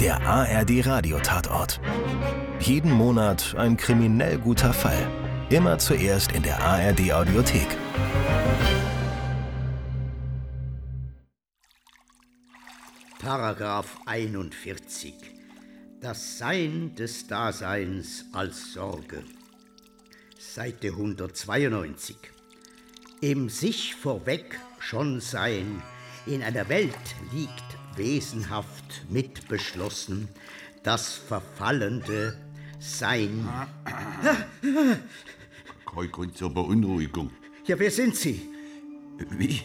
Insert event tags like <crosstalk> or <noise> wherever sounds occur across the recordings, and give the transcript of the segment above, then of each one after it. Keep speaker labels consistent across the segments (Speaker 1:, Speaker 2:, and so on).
Speaker 1: Der ARD Radiotatort. Jeden Monat ein kriminell guter Fall. Immer zuerst in der ARD Audiothek.
Speaker 2: Paragraph 41. Das Sein des Daseins als Sorge. Seite 192. Im sich vorweg schon Sein, in einer Welt liegt wesenhaft mit beschlossen das verfallende Sein.
Speaker 3: Kein Grund zur Beunruhigung.
Speaker 2: Ja, wer sind Sie?
Speaker 3: Wie?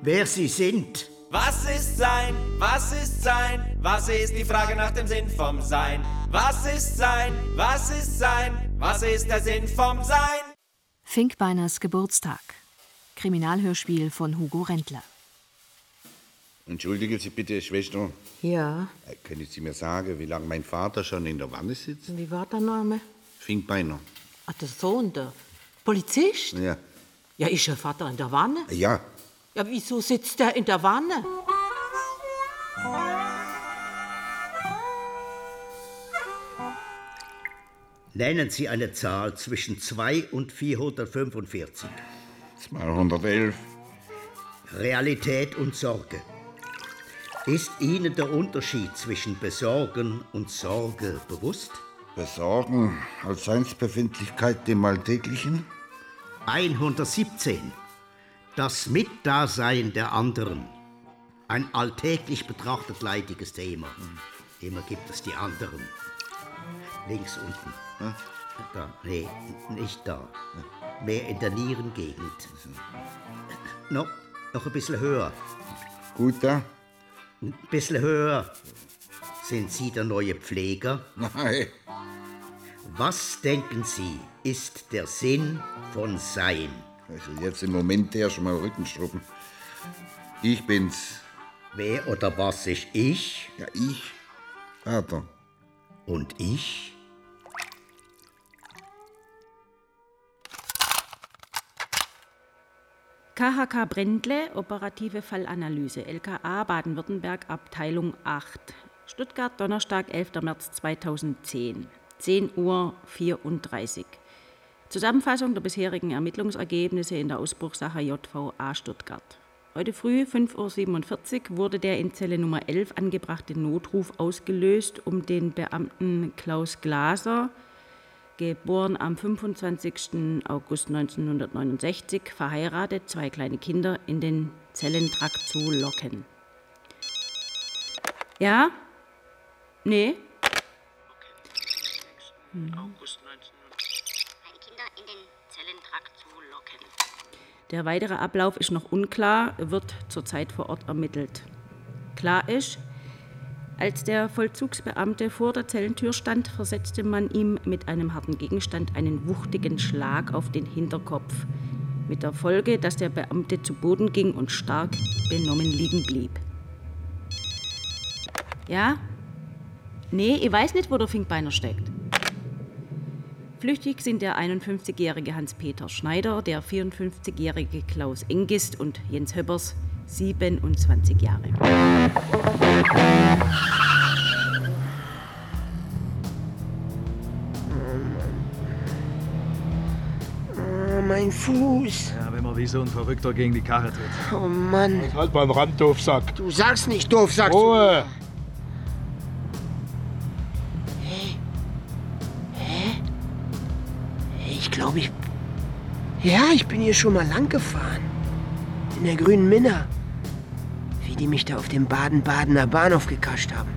Speaker 2: Wer Sie sind?
Speaker 4: Was ist sein? Was ist sein? Was ist die Frage nach dem Sinn vom Sein? Was ist sein? Was ist sein? Was ist der Sinn vom Sein?
Speaker 5: Finkbeiners Geburtstag. Kriminalhörspiel von Hugo Rentler.
Speaker 3: Entschuldigen Sie bitte, Schwester.
Speaker 6: Ja,
Speaker 3: Äh, Können Sie mir sagen, wie lange mein Vater schon in der Wanne sitzt?
Speaker 6: wie war der Name?
Speaker 3: Finkbeiner.
Speaker 6: Ah, der Sohn, der Polizist?
Speaker 3: Ja. Ah,
Speaker 6: Ja, ist der Vater in der Wanne?
Speaker 3: Ja.
Speaker 6: Ja, wieso sitzt der in der Wanne?
Speaker 2: Nennen Sie eine Zahl zwischen 2 und 445.
Speaker 3: 211.
Speaker 2: Realität und Sorge. Ist Ihnen der Unterschied zwischen Besorgen und Sorge bewusst?
Speaker 3: Besorgen als Seinsbefindlichkeit dem Alltäglichen?
Speaker 2: 117. Das Mitdasein der anderen. Ein alltäglich betrachtet leidiges Thema.
Speaker 3: Hm.
Speaker 2: Immer gibt es die anderen. Links unten.
Speaker 3: Hm?
Speaker 2: Da. Nee, nicht da. Mehr in der Nierengegend. Noch, noch ein bisschen höher.
Speaker 3: Gut da?
Speaker 2: Ein bisschen höher. Sind Sie der neue Pfleger?
Speaker 3: Nein.
Speaker 2: Was denken Sie, ist der Sinn von Sein?
Speaker 3: Also jetzt im Moment der schon mal Rückenschruppen. Ich bin's.
Speaker 2: Wer oder was ist ich
Speaker 3: Ja, ich. Vater.
Speaker 2: und ich?
Speaker 7: KHK Brendle, operative Fallanalyse, LKA Baden-Württemberg, Abteilung 8. Stuttgart, Donnerstag, 11. März 2010, 10 Uhr 34. Zusammenfassung der bisherigen Ermittlungsergebnisse in der Ausbruchsache JVA Stuttgart. Heute früh, 5.47 Uhr, wurde der in Zelle Nummer 11 angebrachte Notruf ausgelöst, um den Beamten Klaus Glaser, geboren am 25. August 1969, verheiratet, zwei kleine Kinder, in den Zellentrakt zu locken. Ja? Nee? Hm.
Speaker 8: meine Kinder in den Zellentrakt zu locken.
Speaker 7: Der weitere Ablauf ist noch unklar, wird zurzeit vor Ort ermittelt. Klar ist, als der Vollzugsbeamte vor der Zellentür stand, versetzte man ihm mit einem harten Gegenstand einen wuchtigen Schlag auf den Hinterkopf. Mit der Folge, dass der Beamte zu Boden ging und stark benommen liegen blieb. Ja? Nee, ich weiß nicht, wo der Finkbeiner steckt. Flüchtig sind der 51-jährige Hans-Peter Schneider, der 54-jährige Klaus Engist und Jens Höppers, 27 Jahre.
Speaker 9: Oh, mein Fuß.
Speaker 10: Ja, wenn man wie so ein Verrückter gegen die Karre tritt.
Speaker 9: Oh Mann.
Speaker 11: Halt mal am Rand, Doofsack.
Speaker 9: Du sagst nicht doof, sagst
Speaker 11: Ruhe!
Speaker 9: du. Ich glaube, ich. Ja, ich bin hier schon mal lang gefahren. In der grünen Minna. Wie die mich da auf dem Baden-Badener Bahnhof gekascht haben.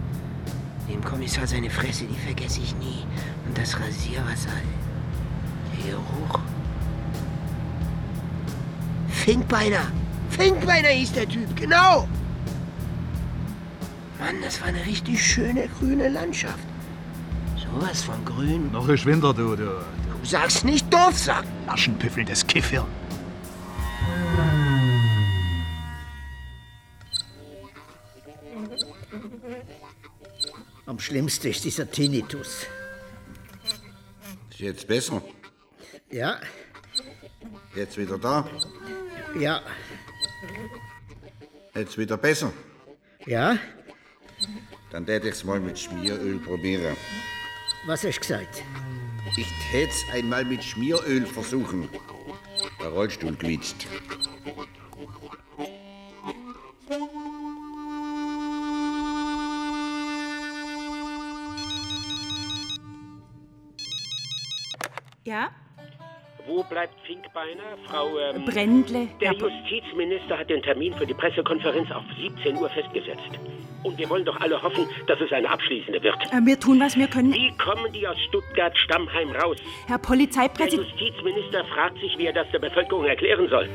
Speaker 9: Dem Kommissar seine Fresse, die vergesse ich nie. Und das Rasierwasser. Der Geruch. Finkbeiner. Finkbeiner hieß der Typ, genau. Mann, das war eine richtig schöne grüne Landschaft. Sowas von grün.
Speaker 10: Noch ein Schwinder, du, du.
Speaker 9: Du sagst nicht doof, sag.
Speaker 11: Aschenpüffel, das Kiffhirn.
Speaker 2: Am schlimmsten ist dieser Tinnitus.
Speaker 3: Ist jetzt besser.
Speaker 2: Ja,
Speaker 3: Jetzt wieder da.
Speaker 2: ja,
Speaker 3: Jetzt wieder besser.
Speaker 2: ja.
Speaker 3: Dann tät ich's mal mit Schmieröl probieren.
Speaker 12: Was hast du gesagt?
Speaker 3: Ich tät's einmal mit Schmieröl versuchen. Der Rollstuhl quietscht.
Speaker 7: Ja?
Speaker 13: Wo bleibt Finkbeiner, Frau... Ähm,
Speaker 7: Brändle.
Speaker 13: Der Justizminister hat den Termin für die Pressekonferenz auf 17 Uhr festgesetzt. Und wir wollen doch alle hoffen, dass es eine abschließende wird.
Speaker 7: Äh, Wir tun, was wir können.
Speaker 13: Wie kommen die aus Stuttgart-Stammheim raus?
Speaker 7: Herr
Speaker 13: Der
Speaker 7: Polizeipräsident.
Speaker 13: Justizminister fragt sich, wie er das der Bevölkerung erklären soll.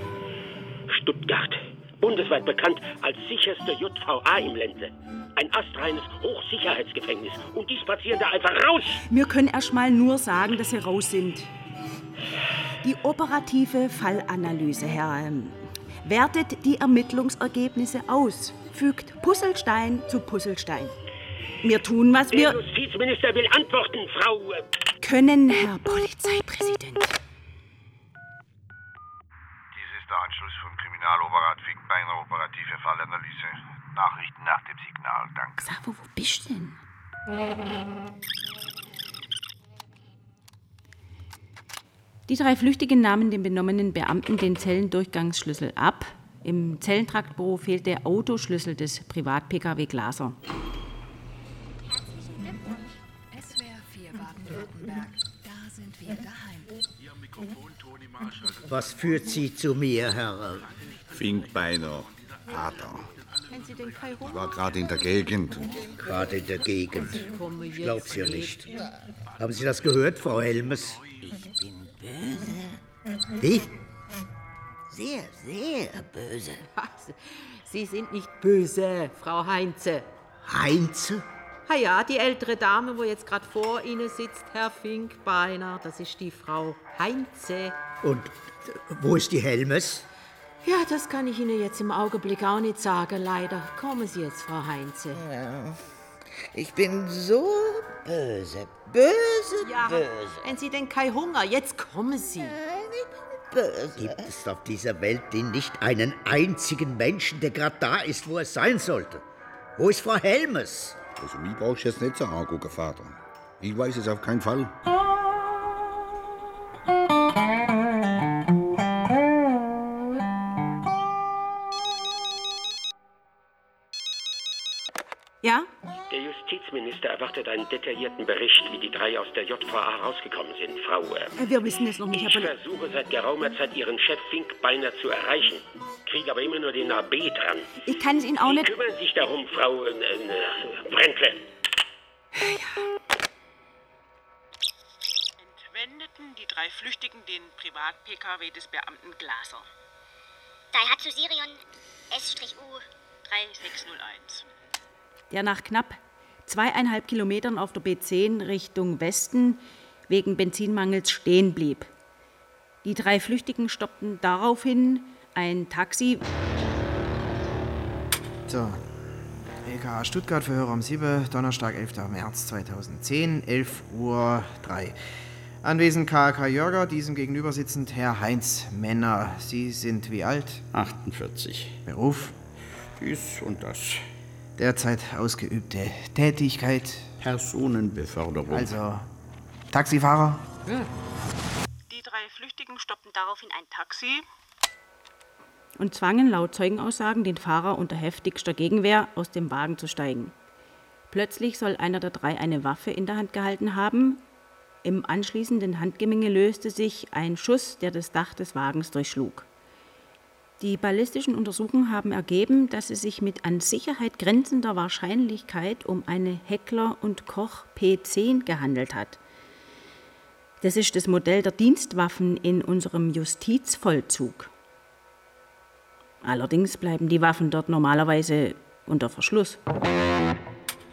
Speaker 13: Stuttgart, bundesweit bekannt als sicherste JVA im Ländle. Ein astreines Hochsicherheitsgefängnis. Und die spazieren da einfach raus.
Speaker 7: Wir können erstmal nur sagen, dass sie raus sind. Die operative Fallanalyse, Herr, ähm, wertet die Ermittlungsergebnisse aus, fügt Puzzlestein zu Puzzlestein. Wir tun, was
Speaker 13: Der
Speaker 7: wir
Speaker 13: Justizminister will antworten, Frau... äh,
Speaker 7: können, Herr Polizeipräsident.
Speaker 14: Dies ist der Anschluss vom Kriminaloberat Finkbeiner operative Fallanalyse. Nachrichten nach dem Signal, danke.
Speaker 7: Savo, Oh, wo bist du denn? Die drei Flüchtigen nahmen dem benommenen Beamten den Zellendurchgangsschlüssel ab. Im Zellentraktbüro fehlt der Autoschlüssel des Privat-Pkw Glaser.
Speaker 15: SWR 4 Baden-Württemberg. Da sind wir daheim.
Speaker 2: Was führt Sie zu mir, Herr?
Speaker 3: Finkbeiner, Pater.
Speaker 15: Wenn Sie den Kairo
Speaker 3: Ich war gerade in der Gegend.
Speaker 2: Gerade in der Gegend.
Speaker 15: Ich
Speaker 2: glaub's ja nicht. Haben Sie das gehört, Frau Helmes?
Speaker 16: Ich bin böse.
Speaker 2: Wie?
Speaker 16: Sehr, sehr böse.
Speaker 6: Was? Sie sind nicht böse, Frau Heinze.
Speaker 2: Heinze?
Speaker 6: Ha ja, die ältere Dame, wo jetzt gerade vor Ihnen sitzt, Herr Finkbeiner, das ist die Frau Heinze.
Speaker 2: Und wo ist die Helmes?
Speaker 6: Ja, das kann ich Ihnen jetzt im Augenblick auch nicht sagen, leider. Kommen Sie jetzt, Frau Heinze.
Speaker 16: Ich bin so böse, böse,
Speaker 6: Ja,
Speaker 16: böse,
Speaker 6: wenn Sie denn keinen Hunger, jetzt kommen Sie.
Speaker 2: Gibt es auf dieser Welt denn nicht einen einzigen Menschen, der gerade da ist, wo er sein sollte? Wo ist Frau Helmes?
Speaker 3: Also mich brauchst du jetzt nicht so angucken, Vater. Ich weiß es auf keinen Fall.
Speaker 7: Ja?
Speaker 13: Der Justizminister erwartet einen detaillierten Bericht, wie die drei aus der JVA rausgekommen sind, Frau. äh,
Speaker 7: Äh, Wir wissen es noch nicht,
Speaker 13: Ich
Speaker 7: Herr Poli
Speaker 13: versuche seit geraumer Zeit, Ihren Chef Finkbeiner zu erreichen. Kriege aber immer nur den AB dran.
Speaker 7: Ich kann es Ihnen auch nicht.
Speaker 13: Kümmern Sie sich darum, Frau äh, äh, Brentle.
Speaker 17: Wendeten die drei Flüchtigen den Privat-PKW des Beamten Glaser.
Speaker 8: Daihatsu Sirion S-U
Speaker 17: 3601.
Speaker 7: der nach knapp zweieinhalb Kilometern auf der B10 Richtung Westen wegen Benzinmangels stehen blieb. Die drei Flüchtigen stoppten daraufhin ein Taxi.
Speaker 18: So. LKA Stuttgart, Verhör am 7, Donnerstag, 11. März 2010, 11 Uhr 3. Anwesend KK Jörger, diesem gegenüber sitzend Herr Heinz Männer. Sie sind wie alt?
Speaker 19: 48.
Speaker 18: Beruf?
Speaker 19: Dies und das.
Speaker 18: Derzeit ausgeübte Tätigkeit.
Speaker 19: Personenbeförderung.
Speaker 18: Also, Taxifahrer?
Speaker 17: Die drei Flüchtigen stoppten daraufhin ein Taxi.
Speaker 7: und zwangen laut Zeugenaussagen den Fahrer unter heftigster Gegenwehr aus dem Wagen zu steigen. Plötzlich soll einer der drei eine Waffe in der Hand gehalten haben. Im anschließenden Handgemenge löste sich ein Schuss, der das Dach des Wagens durchschlug. Die ballistischen Untersuchungen haben ergeben, dass es sich mit an Sicherheit grenzender Wahrscheinlichkeit um eine Heckler und Koch P10 gehandelt hat. Das ist das Modell der Dienstwaffen in unserem Justizvollzug. Allerdings bleiben die Waffen dort normalerweise unter Verschluss.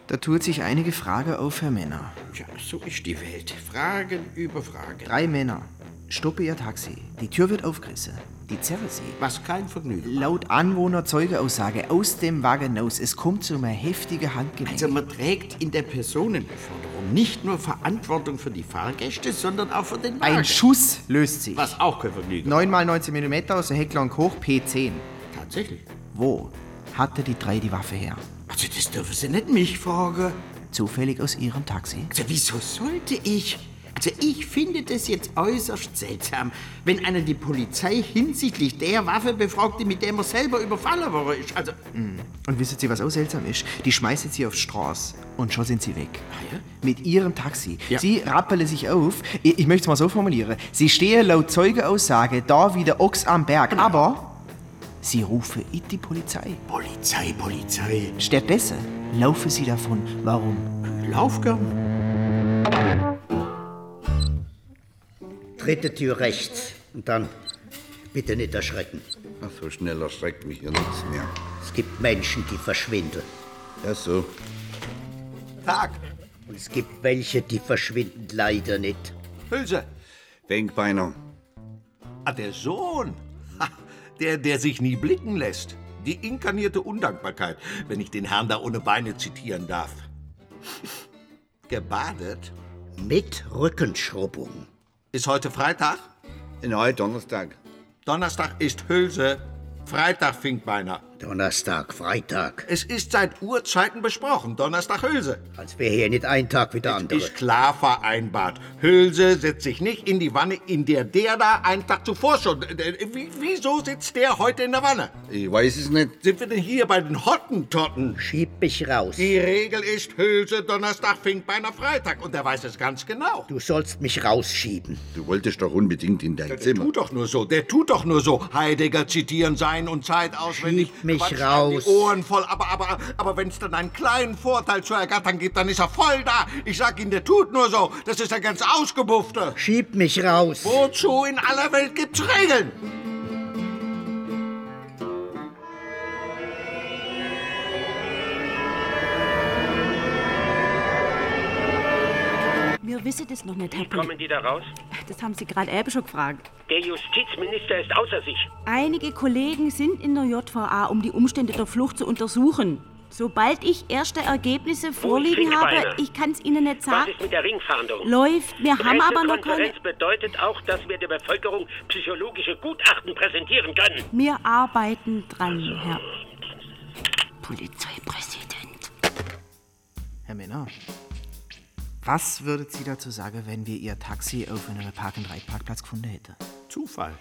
Speaker 18: Da tut sich einige Frage auf, Herr Männer.
Speaker 19: Ja, so ist die Welt. Fragen über Fragen.
Speaker 18: Drei Männer stoppen ihr Taxi. Die Tür wird aufgerissen. Die zerren sie.
Speaker 19: Was kein Vergnügen.
Speaker 18: Laut Anwohner-Zeugeaussage aus dem Wagen aus. Es kommt zu einer heftigen Handgemenge.
Speaker 19: Also man trägt in der Personenbeförderung nicht nur Verantwortung für die Fahrgäste, sondern auch für den Wagen.
Speaker 18: Ein Schuss löst sich.
Speaker 19: Was auch kein Vergnügen.
Speaker 18: 9 mal 19 mm aus der Heckler und Koch P10.
Speaker 19: Tatsächlich.
Speaker 18: Wo hatte die drei die Waffe her?
Speaker 19: Also das dürfen Sie nicht mich fragen.
Speaker 18: Zufällig aus Ihrem Taxi?
Speaker 19: Also wieso sollte ich? Also ich finde das jetzt äußerst seltsam, wenn einer die Polizei hinsichtlich der Waffe befragt, die mit der er selber überfallen worden ist. Also,
Speaker 18: Hm. Und wissen Sie, was auch seltsam ist? Die schmeißen sie auf die Straße und schon sind sie weg. Mit ihrem Taxi. Sie rappeln sich auf. Ich, ich möchte es mal so formulieren. Sie stehen laut Zeugenaussage da wie der Ochs am Berg. Aber sie rufen in die Polizei.
Speaker 19: Polizei, Polizei.
Speaker 18: Stattdessen laufen sie davon. Warum?
Speaker 19: Laufgang.
Speaker 2: Dritte Tür rechts. Und dann bitte nicht erschrecken.
Speaker 3: Ach, so schnell erschreckt mich hier nichts mehr.
Speaker 2: Es gibt Menschen, die verschwinden.
Speaker 3: Ja, so.
Speaker 2: Tag. Und es gibt welche, die verschwinden leider nicht.
Speaker 20: Hülse,
Speaker 3: Denkbeiner.
Speaker 20: ah, der Sohn. Ha, der, der sich nie blicken lässt. Die inkarnierte Undankbarkeit, wenn ich den Herrn da ohne Beine zitieren darf. Gebadet?
Speaker 2: Mit Rückenschrubbung.
Speaker 20: Ist heute Freitag?
Speaker 3: Nein, Donnerstag.
Speaker 20: Donnerstag ist Hülse. Freitag Finkbeiner.
Speaker 2: Donnerstag, Freitag.
Speaker 20: Es ist seit Urzeiten besprochen. Donnerstag Hülse.
Speaker 2: Als wäre hier nicht ein Tag wie der andere.
Speaker 20: Ist klar vereinbart. Hülse setzt sich nicht in die Wanne, in der der da einen Tag zuvor schon. äh, Wie, wieso sitzt der heute in der Wanne?
Speaker 3: Ich weiß es nicht.
Speaker 20: Sind wir denn hier bei den Hottentotten?
Speaker 2: Schieb mich raus.
Speaker 20: Die Regel ist Hülse Donnerstag, Finkbeiner Freitag. Und er weiß es ganz genau.
Speaker 2: Du sollst mich rausschieben.
Speaker 3: Du wolltest doch unbedingt in dein Zimmer.
Speaker 20: Tut doch nur so, der tut doch nur so. Heidegger zitieren sein und Zeit auswendig.
Speaker 2: mich
Speaker 20: Quatsch einem
Speaker 2: raus.
Speaker 20: Die Ohren voll, aber, aber, aber wenn es dann einen kleinen Vorteil zu ergattern gibt, dann ist er voll da. Ich sag Ihnen, der tut nur so. Das ist der ganz Ausgebuffte.
Speaker 2: Schieb mich raus.
Speaker 20: Wozu in aller Welt gibt's Regeln?
Speaker 7: Wir wissen das noch nicht, Herr
Speaker 13: Kommen
Speaker 7: Pol.
Speaker 13: die da raus?
Speaker 7: Das haben Sie gerade eben schon gefragt.
Speaker 13: Der Justizminister ist außer sich.
Speaker 7: Einige Kollegen sind in der JVA, um die Umstände der Flucht zu untersuchen. Sobald ich erste Ergebnisse vorliegen habe,
Speaker 13: Finkbeiner?
Speaker 7: ich kann es Ihnen nicht
Speaker 13: Was
Speaker 7: sagen.
Speaker 13: ist mit der Ringfahndung?
Speaker 7: Läuft. Wir haben aber noch keine-
Speaker 13: Pressekonferenz bedeutet auch, dass wir der Bevölkerung psychologische Gutachten präsentieren können.
Speaker 7: Wir arbeiten dran, Herr.
Speaker 18: Polizeipräsident. Herr Männer, was würdet Sie dazu sagen, wenn wir Ihr Taxi auf einem Park- und Reitparkplatz gefunden hätten?
Speaker 19: Zufall.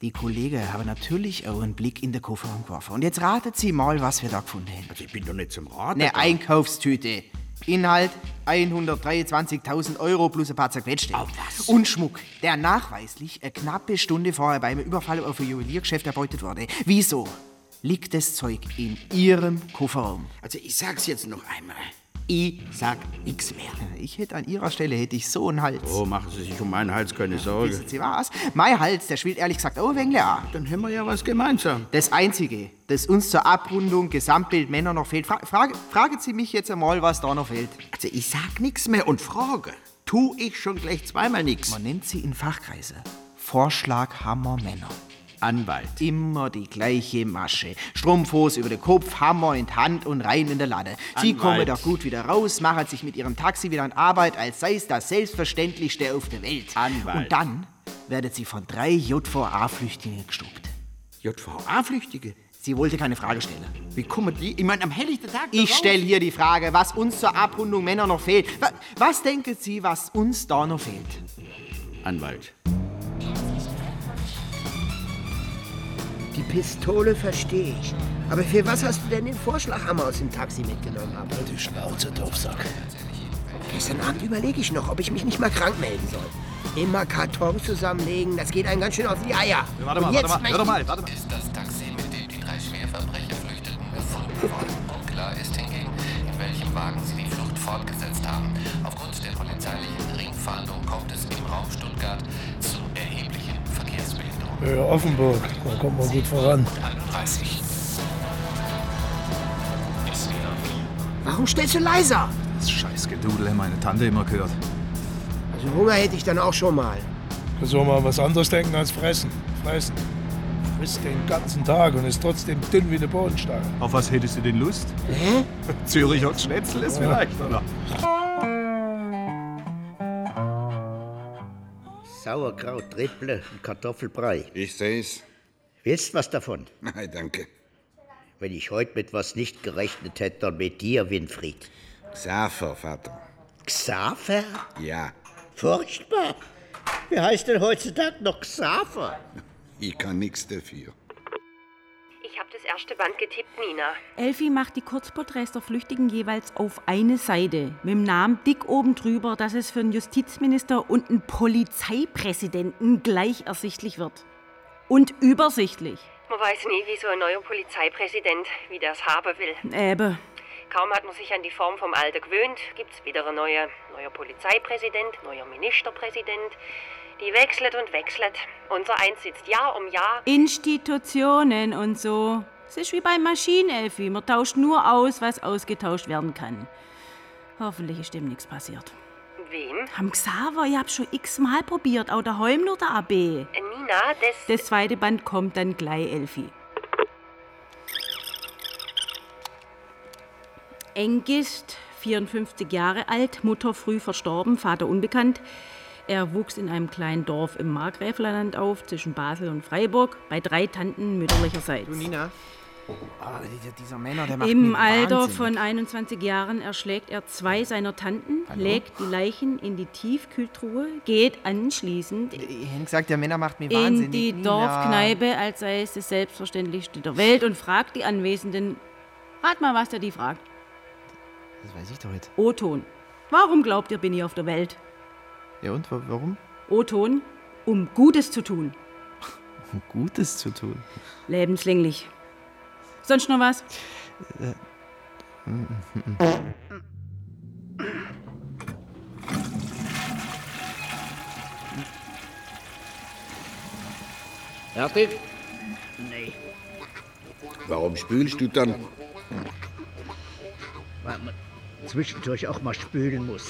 Speaker 18: Die Kollegen haben natürlich auch einen Blick in den Kofferraum geworfen. Und jetzt ratet Sie mal, was wir da gefunden haben.
Speaker 19: Also Ich bin doch nicht zum Raten.
Speaker 18: Eine Einkaufstüte. Inhalt 123.000 Euro plus ein paar zerquetschte. Und Schmuck, der nachweislich eine knappe Stunde vorher beim Überfall auf ein Juweliergeschäft erbeutet wurde. Wieso liegt das Zeug in Ihrem Kofferraum?
Speaker 19: Also ich sag's jetzt noch einmal.
Speaker 18: Ich sag nix mehr. Ich hätte an Ihrer Stelle hätte ich so einen Hals.
Speaker 19: Oh, machen Sie sich um meinen Hals keine Sorge.
Speaker 18: Wissen Sie was? Mein Hals, der spielt ehrlich gesagt auch ein wenig leer.
Speaker 19: Dann haben wir ja was gemeinsam.
Speaker 18: Das Einzige, das uns zur Abrundung Gesamtbild Männer noch fehlt. Fra frage, fragen Sie mich jetzt einmal, was da noch fehlt.
Speaker 19: Also ich sag nichts mehr und frage. Tu ich schon gleich zweimal nichts.
Speaker 18: Man nennt sie in Fachkreise Vorschlaghammer Männer.
Speaker 19: Anwalt.
Speaker 18: Immer die gleiche Masche. Strumpfhose über den Kopf, Hammer in die Hand und rein in der Lade. Sie
Speaker 19: Anwalt.
Speaker 18: kommen doch gut wieder raus, machen sich mit ihrem Taxi wieder an Arbeit, als sei es das Selbstverständlichste auf der Welt.
Speaker 19: Anwalt.
Speaker 18: Und dann werden sie von drei JVA-Flüchtlingen gestoppt.
Speaker 19: JVA-Flüchtige?
Speaker 18: Sie wollte keine Frage stellen.
Speaker 19: Wie kommen die? Ich meine, am helllichten Tag.
Speaker 18: Ich stelle hier die Frage, was uns zur Abrundung Männer noch fehlt. Wa- Was denken Sie, was uns da noch fehlt?
Speaker 19: Anwalt.
Speaker 9: Die Pistole verstehe ich. Aber für was hast du denn den Vorschlaghammer aus dem Taxi mitgenommen, Abel? Die Schnauze, Doofsack. Gestern Abend überlege ich noch, ob ich mich nicht mal krank melden soll. Immer Karton zusammenlegen, das geht einem ganz schön auf die Eier.
Speaker 10: Warte mal,
Speaker 9: Und
Speaker 10: warte
Speaker 9: jetzt
Speaker 10: mal,
Speaker 9: möchte
Speaker 10: hör doch
Speaker 9: ich-
Speaker 10: mal, warte mal.
Speaker 21: Ist das Taxi, mit dem die drei Schwerverbrecher flüchteten, gefunden worden? Unklar ist hingegen, in welchem Wagen sie die Flucht fortgesetzt haben. Aufgrund der polizeilichen Ringfahndung kommt es im Raum Stuttgart zu erheblichen Verkehrsbehinderungen.
Speaker 22: Ja, Äh, Offenburg, da kommt man gut voran.
Speaker 21: 31. Ist wieder
Speaker 9: Warum stellst du leiser?
Speaker 10: Das scheiß Gedudel haben meine Tante immer gehört.
Speaker 9: Also Hunger hätte ich dann auch schon mal.
Speaker 22: Soll man was anderes denken als fressen. Fressen. Frisst den ganzen Tag und ist trotzdem dünn wie eine Bohnenstange.
Speaker 10: Auf was hättest du denn Lust? <laughs>
Speaker 9: Hä?
Speaker 10: Züricher Schnetzel ist vielleicht, oder?
Speaker 2: Sauerkraut, Ripple und Kartoffelbrei.
Speaker 3: Ich seh's.
Speaker 2: Willst was davon?
Speaker 3: Nein, danke.
Speaker 2: Wenn ich heute mit was nicht gerechnet hätte, dann mit dir, Winfried.
Speaker 5: Xaver, Vater.
Speaker 2: Xaver?
Speaker 5: Ja,
Speaker 2: Furchtbar. Wie heißt denn heutzutage noch Xaver?
Speaker 5: ich kann nichts dafür.
Speaker 1: Ich habe das erste Band getippt, Nina.
Speaker 7: Elfi macht die Kurzporträts der Flüchtigen jeweils auf eine Seite, mit dem Namen dick oben drüber, dass es für einen Justizminister und einen Polizeipräsidenten gleich ersichtlich wird. Und übersichtlich.
Speaker 1: Man weiß nie, wie so ein neuer Polizeipräsident, wie das haben will.
Speaker 7: Eben.
Speaker 1: Kaum hat man sich an die Form vom Alten gewöhnt, gibt's wieder eine neue, neuer Polizeipräsident, neuer Ministerpräsident. Die wechselt und wechselt. Unser Eins sitzt Jahr um Jahr.
Speaker 7: Institutionen und so. Es ist wie bei Maschinen, Elfi. Man tauscht nur aus, was ausgetauscht werden kann. Hoffentlich ist dem nichts passiert.
Speaker 1: Wem?
Speaker 7: Am Xaver, ich hab schon x-mal probiert, auch daheim nur der AB.
Speaker 1: Äh, Nina, das.
Speaker 7: Das zweite Band kommt dann gleich, Elfi. Engist, 54 Jahre alt, Mutter früh verstorben, Vater unbekannt. Er wuchs in einem kleinen Dorf im Markgräflerland auf, zwischen Basel und Freiburg, bei drei Tanten mütterlicherseits.
Speaker 18: Du, Nina. Ah, dieser- dieser Männer, der macht
Speaker 7: Im
Speaker 18: mich
Speaker 7: Alter
Speaker 18: wahnsinnig.
Speaker 7: von 21 Jahren erschlägt er zwei seiner Tanten,
Speaker 18: Hallo?
Speaker 7: legt die Leichen in die Tiefkühltruhe, geht anschließend
Speaker 18: Ich hab gesagt, der Männer macht mich
Speaker 7: in
Speaker 18: wahnsinnig.
Speaker 7: die
Speaker 18: Nina.
Speaker 7: Dorfkneipe, als sei es das Selbstverständlichste der Welt und fragt die Anwesenden, rat mal, was der die fragt.
Speaker 18: Das weiß ich doch jetzt.
Speaker 7: O-Ton. Warum glaubt ihr, bin ich auf der Welt?
Speaker 18: Ja, und wa- warum?
Speaker 7: O-Ton, um Gutes zu tun.
Speaker 18: Um Gutes zu tun.
Speaker 7: Lebenslänglich. Sonst noch was?
Speaker 18: Äh, mm, mm, mm.
Speaker 5: Fertig?
Speaker 9: Nee,
Speaker 5: Warum spülst du dann?
Speaker 9: weil man zwischendurch auch mal spülen muss.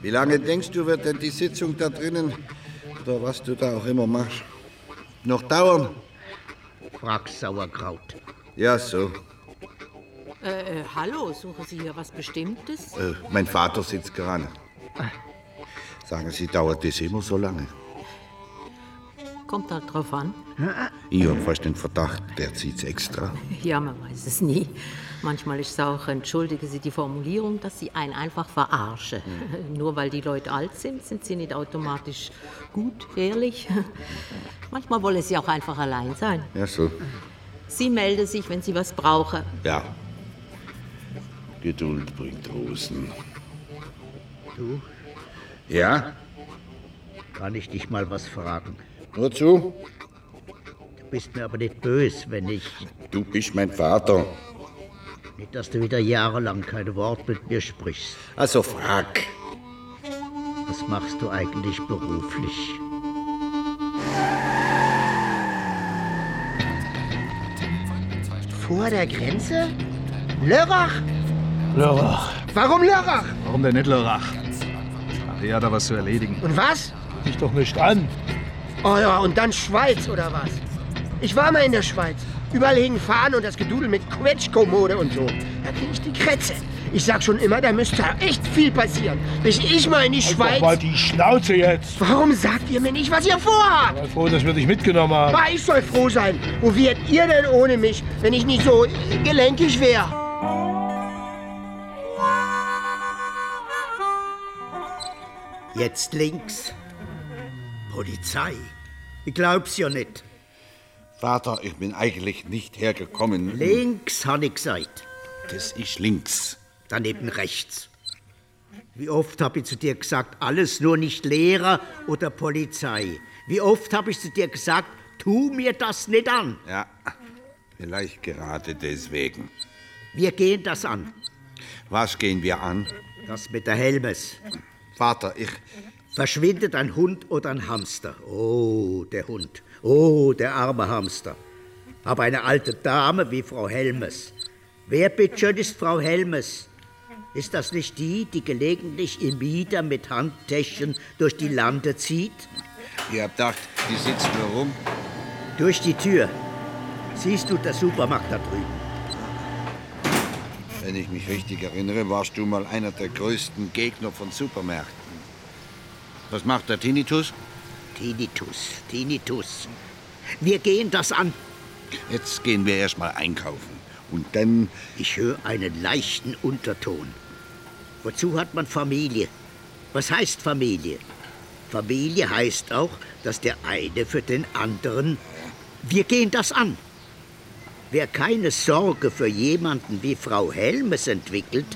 Speaker 5: Wie lange denkst du, wird denn die Sitzung da drinnen, oder was du da auch immer machst, noch dauern?
Speaker 2: Frag Sauerkraut.
Speaker 5: Ja, so.
Speaker 6: Äh, äh, hallo, suchen Sie hier was Bestimmtes?
Speaker 5: Äh, mein Vater sitzt gerade. Sagen Sie, dauert das immer so lange?
Speaker 6: Kommt halt drauf an.
Speaker 5: Ich habe fast den Verdacht, der zieht's extra.
Speaker 6: Ja, man weiß es nie. Manchmal ist es auch, entschuldige Sie die Formulierung, dass Sie einen einfach verarschen.
Speaker 16: Hm.
Speaker 6: Nur weil die Leute alt sind, sind sie nicht automatisch gut, ehrlich. Manchmal wollen sie auch einfach allein sein.
Speaker 5: Ja, so.
Speaker 6: Sie melden sich, wenn sie was brauchen.
Speaker 5: Ja. Geduld bringt Rosen.
Speaker 2: Du,
Speaker 5: Ja?
Speaker 2: kann ich dich mal was fragen?
Speaker 5: Nur zu.
Speaker 2: Du bist mir aber nicht böse, wenn ich.
Speaker 5: Du bist mein Vater.
Speaker 2: Nicht, dass du wieder jahrelang kein Wort mit mir sprichst.
Speaker 5: Also frag.
Speaker 2: Was machst du eigentlich beruflich?
Speaker 9: Vor der Grenze? Lörrach?
Speaker 10: Lörrach.
Speaker 9: Warum Lörrach?
Speaker 10: Warum denn nicht Lörrach? Ach, hat da was zu erledigen.
Speaker 9: Und was?
Speaker 10: Dich doch nicht an.
Speaker 9: Oh ja, und dann Schweiz, oder was? Ich war mal in der Schweiz. Überall hingen Fahnen und das Gedudel mit Quetschkommode und so. Da krieg ich die Krätze. Ich sag schon immer, da müsste echt viel passieren. Bis ich mal in die
Speaker 22: Halt
Speaker 9: Schweiz...
Speaker 22: doch mal die Schnauze jetzt.
Speaker 9: Warum sagt ihr mir nicht, was ihr vorhabt?
Speaker 22: Ich bin froh, dass wir dich mitgenommen haben.
Speaker 9: Aber ich soll froh sein. Wo wärt ihr denn ohne mich, wenn ich nicht so gelenkig wäre?
Speaker 2: Jetzt links.
Speaker 9: Äh,
Speaker 2: Polizei. Ich glaub's ja nicht.
Speaker 5: Vater, ich bin eigentlich nicht hergekommen.
Speaker 2: Links, hab ich gesagt.
Speaker 5: Das ist links.
Speaker 2: Daneben rechts. Wie oft hab ich zu dir gesagt, alles nur nicht Lehrer oder Polizei. Wie oft hab ich zu dir gesagt, tu mir das nicht an.
Speaker 5: Ja, vielleicht gerade deswegen.
Speaker 2: Wir gehen das an.
Speaker 5: Was gehen wir an?
Speaker 2: Das mit der Helmes.
Speaker 5: Vater, ich.
Speaker 2: Verschwindet ein Hund oder ein Hamster. Oh, der Hund. Oh, der arme Hamster. Aber eine alte Dame wie Frau Helmes. Wer bitteschön ist Frau Helmes? Ist das nicht die, die gelegentlich im Mieder mit Handtäschchen durch die Lande zieht?
Speaker 5: Ich hab gedacht, die sitzt nur rum.
Speaker 2: Durch die Tür. Siehst du der Supermarkt da drüben?
Speaker 5: Wenn ich mich richtig erinnere, warst du mal einer der größten Gegner von Supermärkten. Was macht der Tinnitus?
Speaker 2: Tinnitus, Tinnitus. Wir gehen das an.
Speaker 23: Jetzt gehen wir erstmal einkaufen.
Speaker 2: Und dann. Ich höre einen leichten Unterton. Wozu hat man Familie? Was heißt Familie? Familie heißt auch, dass der eine für den anderen. Wir gehen das an. Wer keine Sorge für jemanden wie Frau Helmes entwickelt,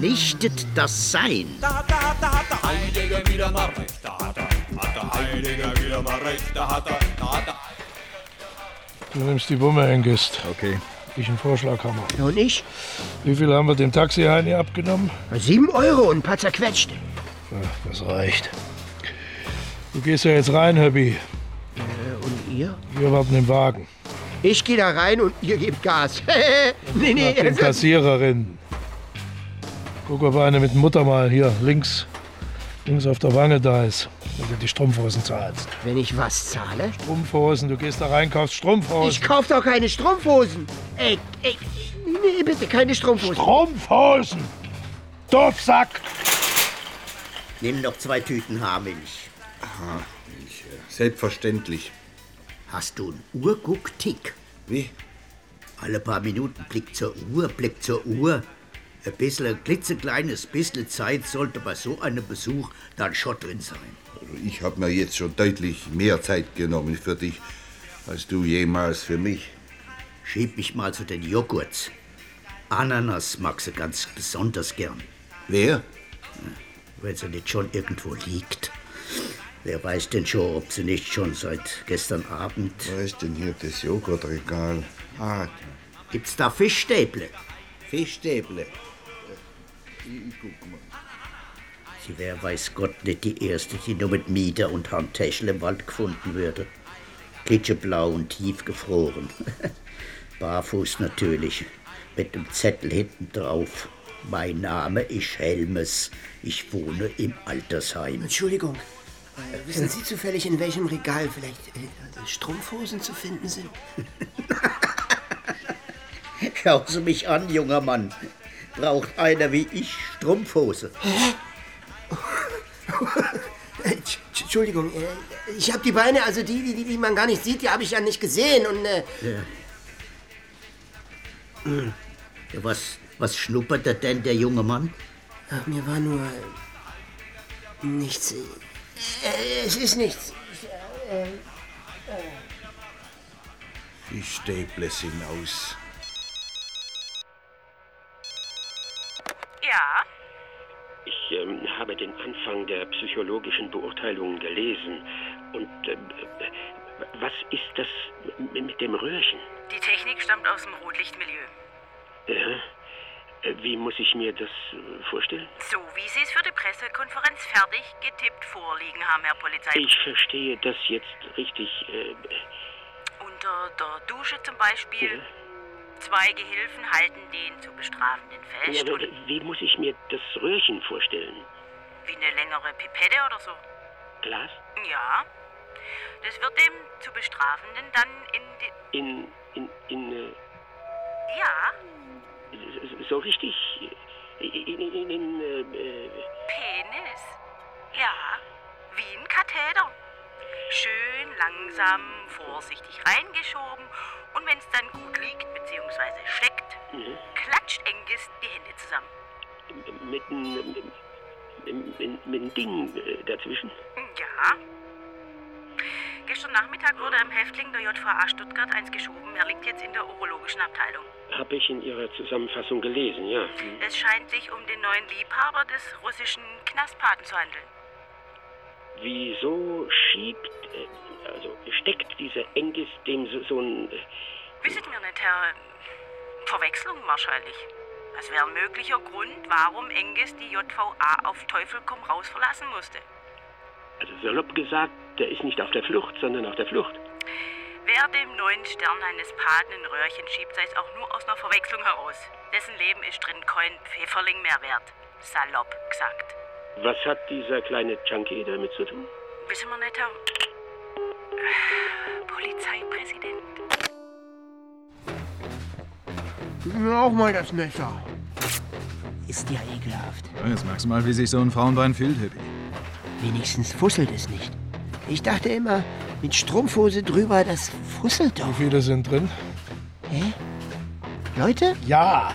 Speaker 2: nichtet das Sein.
Speaker 20: Heidegger wieder mal recht, da hat er. Hat der Heidegger wieder mal recht, da hat er. Da hat er.
Speaker 22: Du nimmst die Bumme, Engist. Okay. Ich einen Vorschlag haben.
Speaker 24: Ja, und ich?
Speaker 22: Wie viel haben wir dem Taxiheini abgenommen?
Speaker 24: Sieben Euro und ein paar zerquetschte.
Speaker 22: Ach, das reicht. Du gehst ja jetzt rein, Happy.
Speaker 24: und ihr?
Speaker 22: Wir warten im Wagen.
Speaker 24: Ich gehe da rein und ihr gebt
Speaker 9: <laughs>
Speaker 24: Gas. nee,
Speaker 22: Nach den
Speaker 9: also-
Speaker 22: Kassiererinnen. Guck, ob eine mit Mutter mal hier links. Links auf der Wange da ist, wenn du die Strumpfhosen zahlst.
Speaker 24: Wenn ich was zahle?
Speaker 22: Strumpfhosen, du gehst da rein, kaufst Strumpfhosen.
Speaker 24: Ich kauf doch keine Strumpfhosen. Ey, ey, nee, bitte keine Strumpfhosen.
Speaker 22: Strumpfhosen? Doofsack!
Speaker 2: Nimm noch zwei Tüten Haarmilch.
Speaker 23: Haarmilch, selbstverständlich.
Speaker 2: Hast du einen Uhrgucktick? Wie? Alle paar Minuten Blick zur Uhr, Blick zur Uhr. Ein bisschen, ein klitzekleines bisschen Zeit sollte bei so einem Besuch dann schon drin sein.
Speaker 5: Also Ich habe mir jetzt schon deutlich mehr Zeit genommen für dich, als du jemals für mich.
Speaker 2: Schieb mich mal zu den Joghurts. Ananas mag sie ganz besonders gern.
Speaker 5: Wer?
Speaker 2: Wenn sie nicht schon irgendwo liegt. Wer weiß denn schon, ob sie nicht schon seit gestern Abend.
Speaker 5: Wo ist denn hier das Joghurtregal? Ah,
Speaker 2: Gibt's da Fischstäble?
Speaker 5: Fischstäble. Ich guck mal.
Speaker 2: Sie wäre weiß Gott nicht die Erste, die nur mit Mieter und Handtäschel im Wald gefunden würde. Klitscheblau und tiefgefroren. <laughs> Barfuß natürlich, mit dem Zettel hinten drauf. Mein Name ist Helmes. Ich wohne im Altersheim. <laughs>
Speaker 9: Entschuldigung. Äh, Wissen Sie zufällig, in welchem Regal vielleicht äh, Strumpfhosen zu finden sind? <laughs>
Speaker 2: Schau Sie mich an, junger Mann. Braucht einer wie ich Strumpfhose?
Speaker 9: Äh, Entsch- Entschuldigung, äh, ich habe die Beine, also die, die, die man gar nicht sieht, die habe ich ja nicht gesehen. Und äh,
Speaker 2: Ja. Hm. Ja, was, was schnuppert da denn der junge Mann?
Speaker 9: ach, mir war nur äh, nichts. Äh, es ist nichts. Äh, äh,
Speaker 5: Fischstäble sind aus.
Speaker 7: Ja,
Speaker 13: Ich ähm, habe den Anfang der psychologischen Beurteilungen gelesen. Und ähm, äh, was ist das m- mit dem Röhrchen?
Speaker 7: die Technik stammt aus dem Rotlichtmilieu.
Speaker 13: Ja. Äh, Wie muss ich mir das äh, vorstellen?
Speaker 7: So wie Sie es für die Pressekonferenz fertig getippt vorliegen haben, Herr Polizei.
Speaker 13: Ich verstehe das jetzt richtig. Äh,
Speaker 7: Unter der Dusche zum Beispiel. Zwei Gehilfen halten den zu bestrafenden
Speaker 13: Mhm. ja,
Speaker 7: fest
Speaker 13: aber,
Speaker 7: und
Speaker 13: äh, wie muss ich mir das Röhrchen vorstellen?
Speaker 7: wie eine längere Pipette oder so.
Speaker 13: Glas?
Speaker 7: Ja. Das wird dem zu bestrafenden dann in die.
Speaker 13: In, in, in, äh,
Speaker 7: Ja,
Speaker 13: so- so richtig? In, in, in, in äh, äh,
Speaker 7: Penis. Ja, wie ein Katheter. Schön langsam, vorsichtig reingeschoben und wenn es dann gut liegt bzw. steckt,
Speaker 13: ne?
Speaker 7: klatscht Engis die Hände zusammen.
Speaker 13: mit einem Ding äh, dazwischen.
Speaker 7: Ja. Gestern Nachmittag wurde am Häftling der JVA Stuttgart eins geschoben. Er liegt jetzt in der urologischen Abteilung.
Speaker 13: Habe ich in Ihrer Zusammenfassung gelesen, ja.
Speaker 7: Es scheint sich um den neuen Liebhaber des russischen Knastpaten zu handeln.
Speaker 13: Wieso schiebt, äh, also steckt dieser Engis dem so, so ein. äh,
Speaker 7: Wisset mir nicht, Herr. ähm, Verwechslung wahrscheinlich. Das wäre ein möglicher Grund, warum Engis die JVA auf Teufel komm raus verlassen musste.
Speaker 13: Also salopp gesagt, der ist nicht auf der Flucht, sondern auf der Flucht.
Speaker 7: Wer dem neuen Stern eines Paten ein Röhrchen schiebt, sei es auch nur aus einer Verwechslung heraus. Dessen Leben ist drin kein Pfefferling mehr wert. Salopp gesagt.
Speaker 13: Was hat dieser kleine Junkie damit zu tun?
Speaker 7: Wissen wir nicht, Herr. äh, Polizeipräsident.
Speaker 24: Gib mir auch mal das Messer.
Speaker 9: Ist ja ekelhaft.
Speaker 10: Ja, Jetzt merkst du mal, wie sich so ein Frauenbein fühlt, Hippie.
Speaker 9: Wenigstens fusselt es nicht. Ich dachte immer, mit Strumpfhose drüber, das fusselt
Speaker 22: Wie
Speaker 9: doch.
Speaker 22: viele sind drin?
Speaker 9: Leute?
Speaker 22: Ja.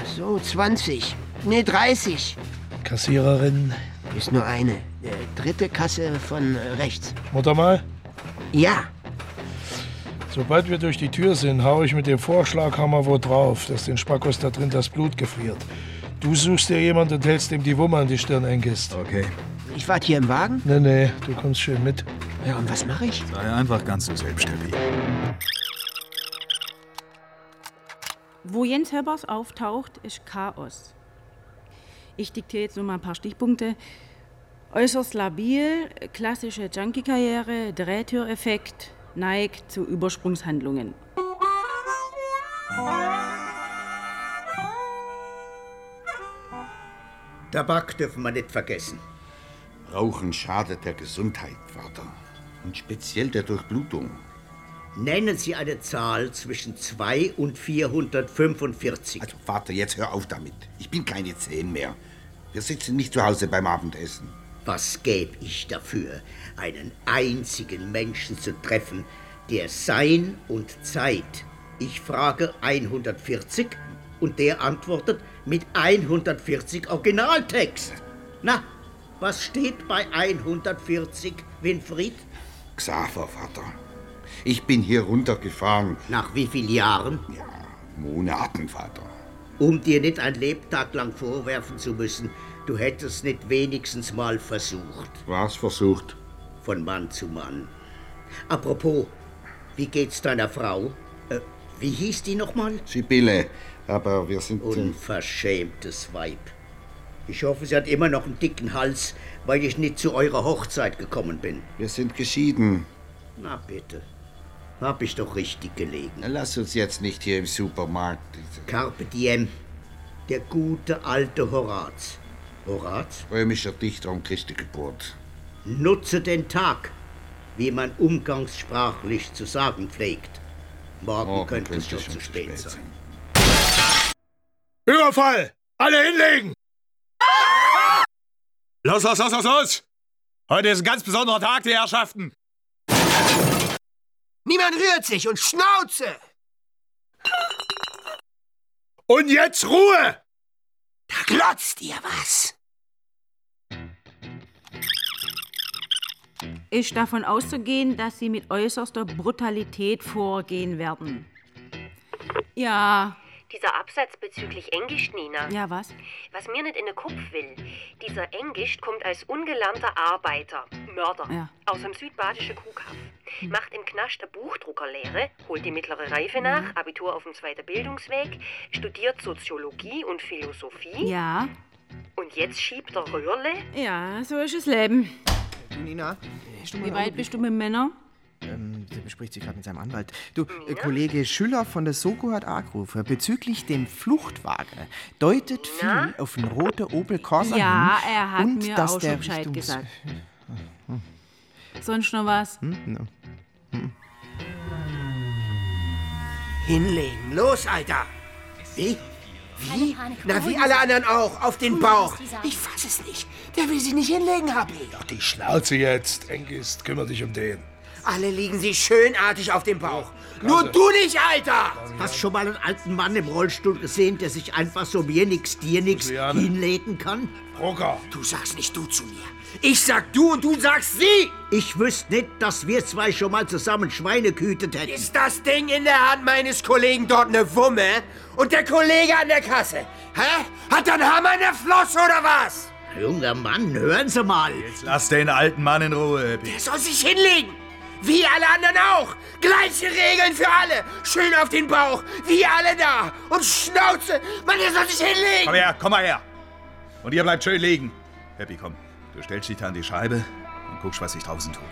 Speaker 9: Ach so, 20. Nee, 30.
Speaker 22: Kassiererin.
Speaker 9: Ist nur eine. Äh, dritte Kasse von äh, rechts.
Speaker 22: Mutter mal?
Speaker 9: Ja.
Speaker 22: Sobald wir durch die Tür sind, haue ich mit dem Vorschlaghammer wo drauf, dass den Spackos da drin das Blut gefriert. Du suchst dir jemanden und hältst ihm die Wumme an die Stirn, Engist.
Speaker 10: Okay.
Speaker 9: Ich warte hier im Wagen.
Speaker 22: Nee, nee, du kommst schön mit.
Speaker 9: Ja, und was mache ich?
Speaker 10: Sei einfach ganz du selbst, Steffi.
Speaker 7: Wo Jens Höbers auftaucht, ist Chaos. Ich diktiere jetzt nur mal ein paar Stichpunkte. Äußerst labil, klassische Junkie-Karriere, Drehtüreffekt, neigt zu Übersprungshandlungen.
Speaker 2: Tabak dürfen wir nicht vergessen.
Speaker 5: Rauchen schadet der Gesundheit, Vater. Und speziell der Durchblutung.
Speaker 2: Nennen Sie eine Zahl zwischen 2 und 445.
Speaker 5: Also, Vater, jetzt hör auf damit. Ich bin keine Zehn mehr. Wir sitzen nicht zu Hause beim Abendessen.
Speaker 2: Was gäbe ich dafür, einen einzigen Menschen zu treffen, der Sein und Zeit. Ich frage 140 und der antwortet mit 140 Originaltext. Na, was steht bei 140, Winfried?
Speaker 5: Xaver, Vater. Ich bin hier runtergefahren.
Speaker 2: Nach wie vielen Jahren?
Speaker 5: Ja, Monaten, Vater.
Speaker 2: Um dir nicht ein Lebtag lang vorwerfen zu müssen, du hättest nicht wenigstens mal versucht.
Speaker 5: Was versucht?
Speaker 2: Von Mann zu Mann. Apropos, wie geht's deiner Frau? Äh, wie hieß die nochmal?
Speaker 5: Sibylle, aber wir sind. äh,
Speaker 2: Unverschämtes Weib. Ich hoffe, sie hat immer noch einen dicken Hals, weil ich nicht zu eurer Hochzeit gekommen bin.
Speaker 5: Wir sind geschieden.
Speaker 2: Na bitte. Hab ich doch richtig gelegen.
Speaker 5: Na, Lass uns jetzt nicht hier im Supermarkt.
Speaker 2: Carpe diem. Der gute alte Horaz. Horaz?
Speaker 5: Römischer Dichter um Christi Geburt.
Speaker 2: Nutze den Tag, wie man umgangssprachlich zu sagen pflegt. Morgen, könnte es schon zu spät, sein.
Speaker 22: Überfall! Alle hinlegen!
Speaker 4: Los, los, los, los, los! Heute ist ein ganz besonderer Tag, die Herrschaften.
Speaker 9: Niemand rührt sich und Schnauze!
Speaker 22: Und jetzt Ruhe!
Speaker 9: Da glotzt ihr was!
Speaker 7: Ist davon auszugehen, dass sie mit äußerster Brutalität vorgehen werden. Ja,
Speaker 1: Dieser Absatz bezüglich Englisch, Nina.
Speaker 7: ja, was?
Speaker 1: Was mir nicht in den Kopf will, dieser Engisch kommt als ungelernter Arbeiter, Mörder,
Speaker 7: Ja.
Speaker 1: aus dem südbadischen Kuhkampf. Macht im Knast eine Buchdruckerlehre, holt die mittlere
Speaker 7: Mhm.
Speaker 1: Reife nach, Abitur auf dem zweiten Bildungsweg, studiert Soziologie und Philosophie.
Speaker 7: Ja,
Speaker 1: Und jetzt schiebt er Röhrle?
Speaker 7: ja, so ist das Leben.
Speaker 18: Nina, du mal
Speaker 7: wie
Speaker 18: einen
Speaker 7: weit
Speaker 18: Augenblick?
Speaker 7: bist du mit Männern?
Speaker 18: Ähm, der bespricht sich gerade mit seinem Anwalt. Du, äh, Kollege Schüller von der Soko hat angerufen. Bezüglich dem Fluchtwagen deutet viel auf einen roten Opel Corsa
Speaker 7: Ja,
Speaker 18: hin.
Speaker 7: er hat
Speaker 18: und
Speaker 7: mir
Speaker 18: dass
Speaker 7: auch
Speaker 18: der
Speaker 7: schon Bescheid
Speaker 18: Richtungs-
Speaker 7: gesagt. Sonst noch was?
Speaker 18: Hm? Ja.
Speaker 9: Hinlegen. Los, Alter! Wie? Wie? Na, wie alle anderen auch. Auf den
Speaker 12: Hm,
Speaker 9: Bauch.
Speaker 12: was die sagen.
Speaker 9: Ich fass es nicht. Der will sie nicht hinlegen, hab ich.
Speaker 22: Die Schnauze jetzt, Engist, kümmere dich um den.
Speaker 9: Alle liegen sie schönartig auf dem Bauch. Nur du nicht, Alter!
Speaker 2: Hast schon mal einen alten Mann im Rollstuhl gesehen, der sich einfach so mir nix, dir nix hinlegen kann?
Speaker 22: Rocker!
Speaker 2: Du sagst nicht du zu mir. Ich sag du und du sagst sie! Ich wüsste nicht, dass wir zwei schon mal zusammen Schweine gehütet hätten.
Speaker 9: Ist das Ding in der Hand meines Kollegen dort eine Wumme? Und der Kollege an der Kasse? Hä? Hat er einen Hammer in der Flosse oder was?
Speaker 2: Junger Mann, hören Sie mal.
Speaker 4: Lass den alten Mann in Ruhe, Happy.
Speaker 9: Er soll sich hinlegen. Wie alle anderen auch. Gleiche Regeln für alle. Schön auf den Bauch. Wie alle da. Und Schnauze. Mann, der soll sich hinlegen.
Speaker 4: Komm her, komm mal her. Und ihr bleibt schön liegen. Happy, komm. Du stellst dich da an die Scheibe und guckst, was sich draußen tut.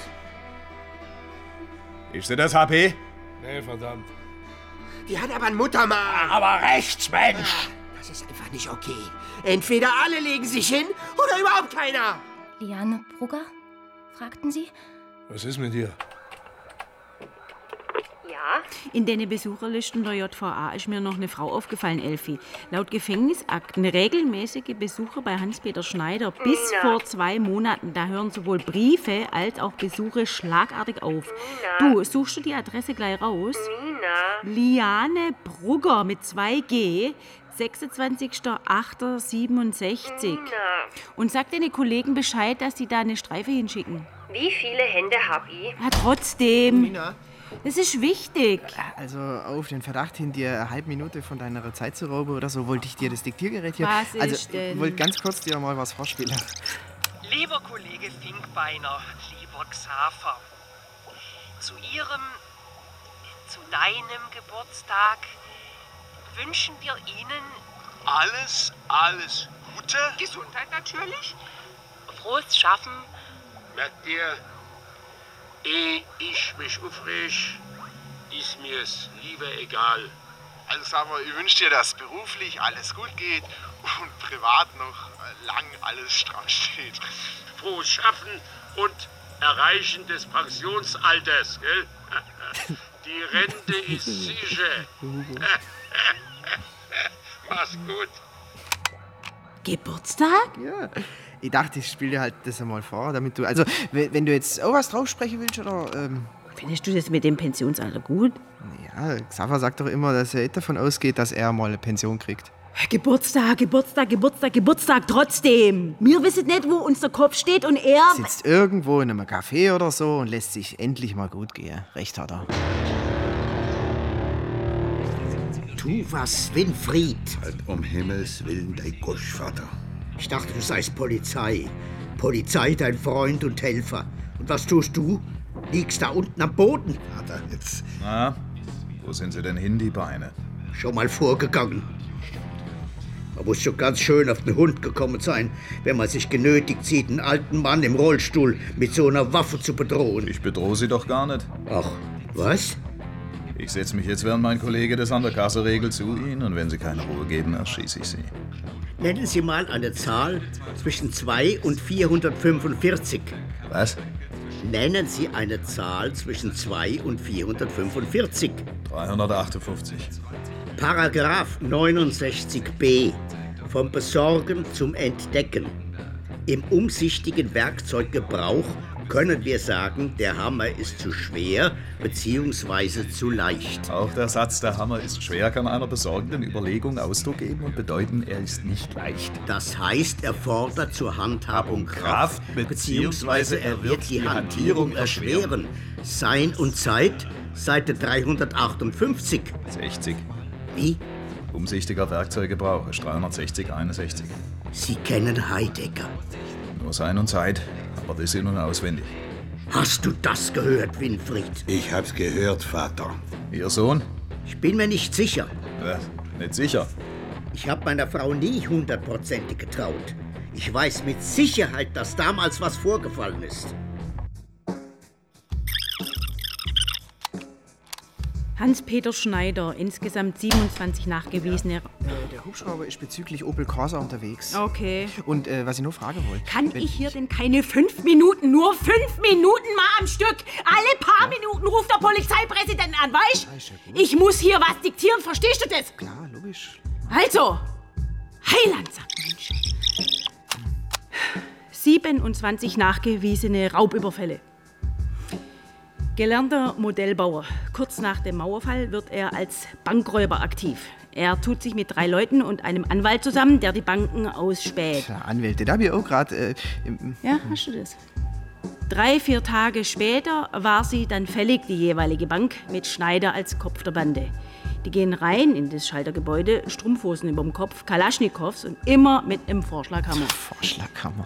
Speaker 4: Ist dir das, Happy?
Speaker 22: Nee, verdammt.
Speaker 9: Die hat aber ein Muttermal. Aber rechts, Mensch. Das ist einfach nicht okay. Entweder alle legen sich hin oder überhaupt keiner.
Speaker 11: Liane Brugger? Fragten Sie?
Speaker 22: Was ist mit dir?
Speaker 1: Ja,
Speaker 7: In den Besucherlisten der JVA ist mir noch eine Frau aufgefallen, Elfi. Laut Gefängnisakten regelmäßige Besucher bei Hans-Peter Schneider bis
Speaker 1: Nina.
Speaker 7: vor zwei Monaten. Da hören sowohl Briefe als auch Besuche schlagartig auf.
Speaker 1: Nina.
Speaker 7: Du, suchst du die Adresse gleich raus?
Speaker 1: Nina. Ja.
Speaker 7: Liane Brugger mit 2G, 26.08.67.
Speaker 1: Na,
Speaker 7: Und sag deine Kollegen Bescheid, dass die da eine Streife hinschicken.
Speaker 1: wie viele Hände hab ich?
Speaker 7: Ja, trotzdem. Das ist wichtig.
Speaker 18: Also auf den Verdacht hin, dir eine halbe Minute von deiner Zeit zu rauben oder so, wollte ich dir das Diktiergerät hier...
Speaker 7: Was
Speaker 18: also,
Speaker 7: ist denn?
Speaker 18: ich wollte ganz kurz dir mal was vorspielen.
Speaker 15: Lieber Kollege Finkbeiner, lieber Xaver, zu Ihrem, zu deinem Geburtstag wünschen wir Ihnen alles, alles Gute. Gesundheit natürlich. Frohes Schaffen.
Speaker 16: Merkt ihr, ehe eh ich mich aufreg, ist mir's lieber egal. Also sag mal, ich wünsch dir, dass beruflich alles gut geht und privat noch äh, lang alles stramm steht.
Speaker 15: Frohes Schaffen und Erreichen des Pensionsalters, gell?
Speaker 16: <laughs> Die Rente
Speaker 13: <laughs>
Speaker 16: ist sicher.
Speaker 15: <laughs> Mach's gut.
Speaker 7: Geburtstag?
Speaker 18: Ja. Ich dachte, ich spiele dir halt das einmal vor, damit du... Also, we- wenn du jetzt auch was drauf sprechen willst oder... Ähm,
Speaker 7: Findest du das mit dem Pensionsalter gut?
Speaker 18: ja, Xaver sagt doch immer, dass er davon ausgeht, dass er mal eine Pension kriegt.
Speaker 7: Geburtstag, Geburtstag, Geburtstag, Geburtstag, trotzdem. Wir wissen nicht, wo unser Kopf steht und er.
Speaker 18: Sitzt irgendwo in einem Café oder so und lässt sich endlich mal gut gehen. Recht hat er.
Speaker 2: Tu was, Winfried.
Speaker 5: Halt um Himmels Willen, dein Gosch, Vater.
Speaker 2: Ich dachte, du seist Polizei. Polizei, dein Freund und Helfer. Und was tust du? Liegst da unten am Boden.
Speaker 10: Vater, jetzt. Na, wo sind sie denn hin, die Beine?
Speaker 2: Schon mal vorgegangen. Da muss schon ganz schön auf den Hund gekommen sein, wenn man sich genötigt sieht, einen alten Mann im Rollstuhl mit so einer Waffe zu bedrohen.
Speaker 10: Ich bedrohe sie doch gar nicht.
Speaker 2: Ach, was?
Speaker 10: Ich setze mich jetzt während mein Kollege das an der Kasse regelt zu Ihnen und wenn Sie keine Ruhe geben, erschieße ich Sie.
Speaker 2: Nennen Sie mal eine Zahl zwischen 2 und 445.
Speaker 10: Was?
Speaker 2: Nennen Sie eine Zahl zwischen 2 und 445.
Speaker 10: 358.
Speaker 2: Paragraph 69b. Vom Besorgen zum Entdecken. Im umsichtigen Werkzeuggebrauch können wir sagen, der Hammer ist zu schwer bzw. zu leicht.
Speaker 10: Auch der Satz, der Hammer ist schwer, kann einer besorgenden Überlegung Ausdruck geben und bedeuten, er ist nicht leicht.
Speaker 2: Das heißt, er fordert zur Handhabung Kraft, beziehungsweise er wird die Hantierung erschweren. Sein und Zeit, Seite 358.
Speaker 10: 60.
Speaker 2: Wie?
Speaker 10: Umsichtiger Werkzeuggebrauch ist 360, 61.
Speaker 2: Sie kennen Heidegger.
Speaker 10: Nur Sein und Zeit, aber das in- und auswendig.
Speaker 2: Hast du das gehört, Winfried?
Speaker 10: Ich hab's gehört, Vater. Ihr Sohn?
Speaker 2: Ich bin mir nicht sicher.
Speaker 10: Was? Nicht sicher?
Speaker 2: Ich habe meiner Frau nie hundertprozentig getraut. Ich weiß mit Sicherheit, dass damals was vorgefallen ist.
Speaker 7: Hans-Peter Schneider, insgesamt 27 nachgewiesene.
Speaker 18: Äh, Der Hubschrauber ist bezüglich Opel Corsa unterwegs.
Speaker 7: Okay.
Speaker 18: Und äh, was ich nur fragen wollte.
Speaker 7: Kann
Speaker 18: wenn-
Speaker 7: ich hier denn keine fünf Minuten, nur fünf Minuten mal am Stück? Alle paar Minuten ruft der Polizeipräsident an, weißt Ich muss hier was diktieren, verstehst du das?
Speaker 18: Klar, logisch.
Speaker 7: Also, Heiland, sagt Mensch. 27 nachgewiesene Raubüberfälle. Gelernter Modellbauer. Kurz nach dem Mauerfall wird er als Bankräuber aktiv. Er tut sich mit drei Leuten und einem Anwalt zusammen, der die Banken ausspäht.
Speaker 18: Tja, Anwälte, da hab ich auch gerade. Äh, im-
Speaker 7: Ja, hast du das? Drei, vier Tage später war sie dann fällig, die jeweilige Bank, mit Schneider als Kopf der Bande. Die gehen rein in das Schaltergebäude, Strumpfhosen überm Kopf, Kalaschnikows und immer mit einem Vorschlaghammer.
Speaker 18: Vorschlaghammer.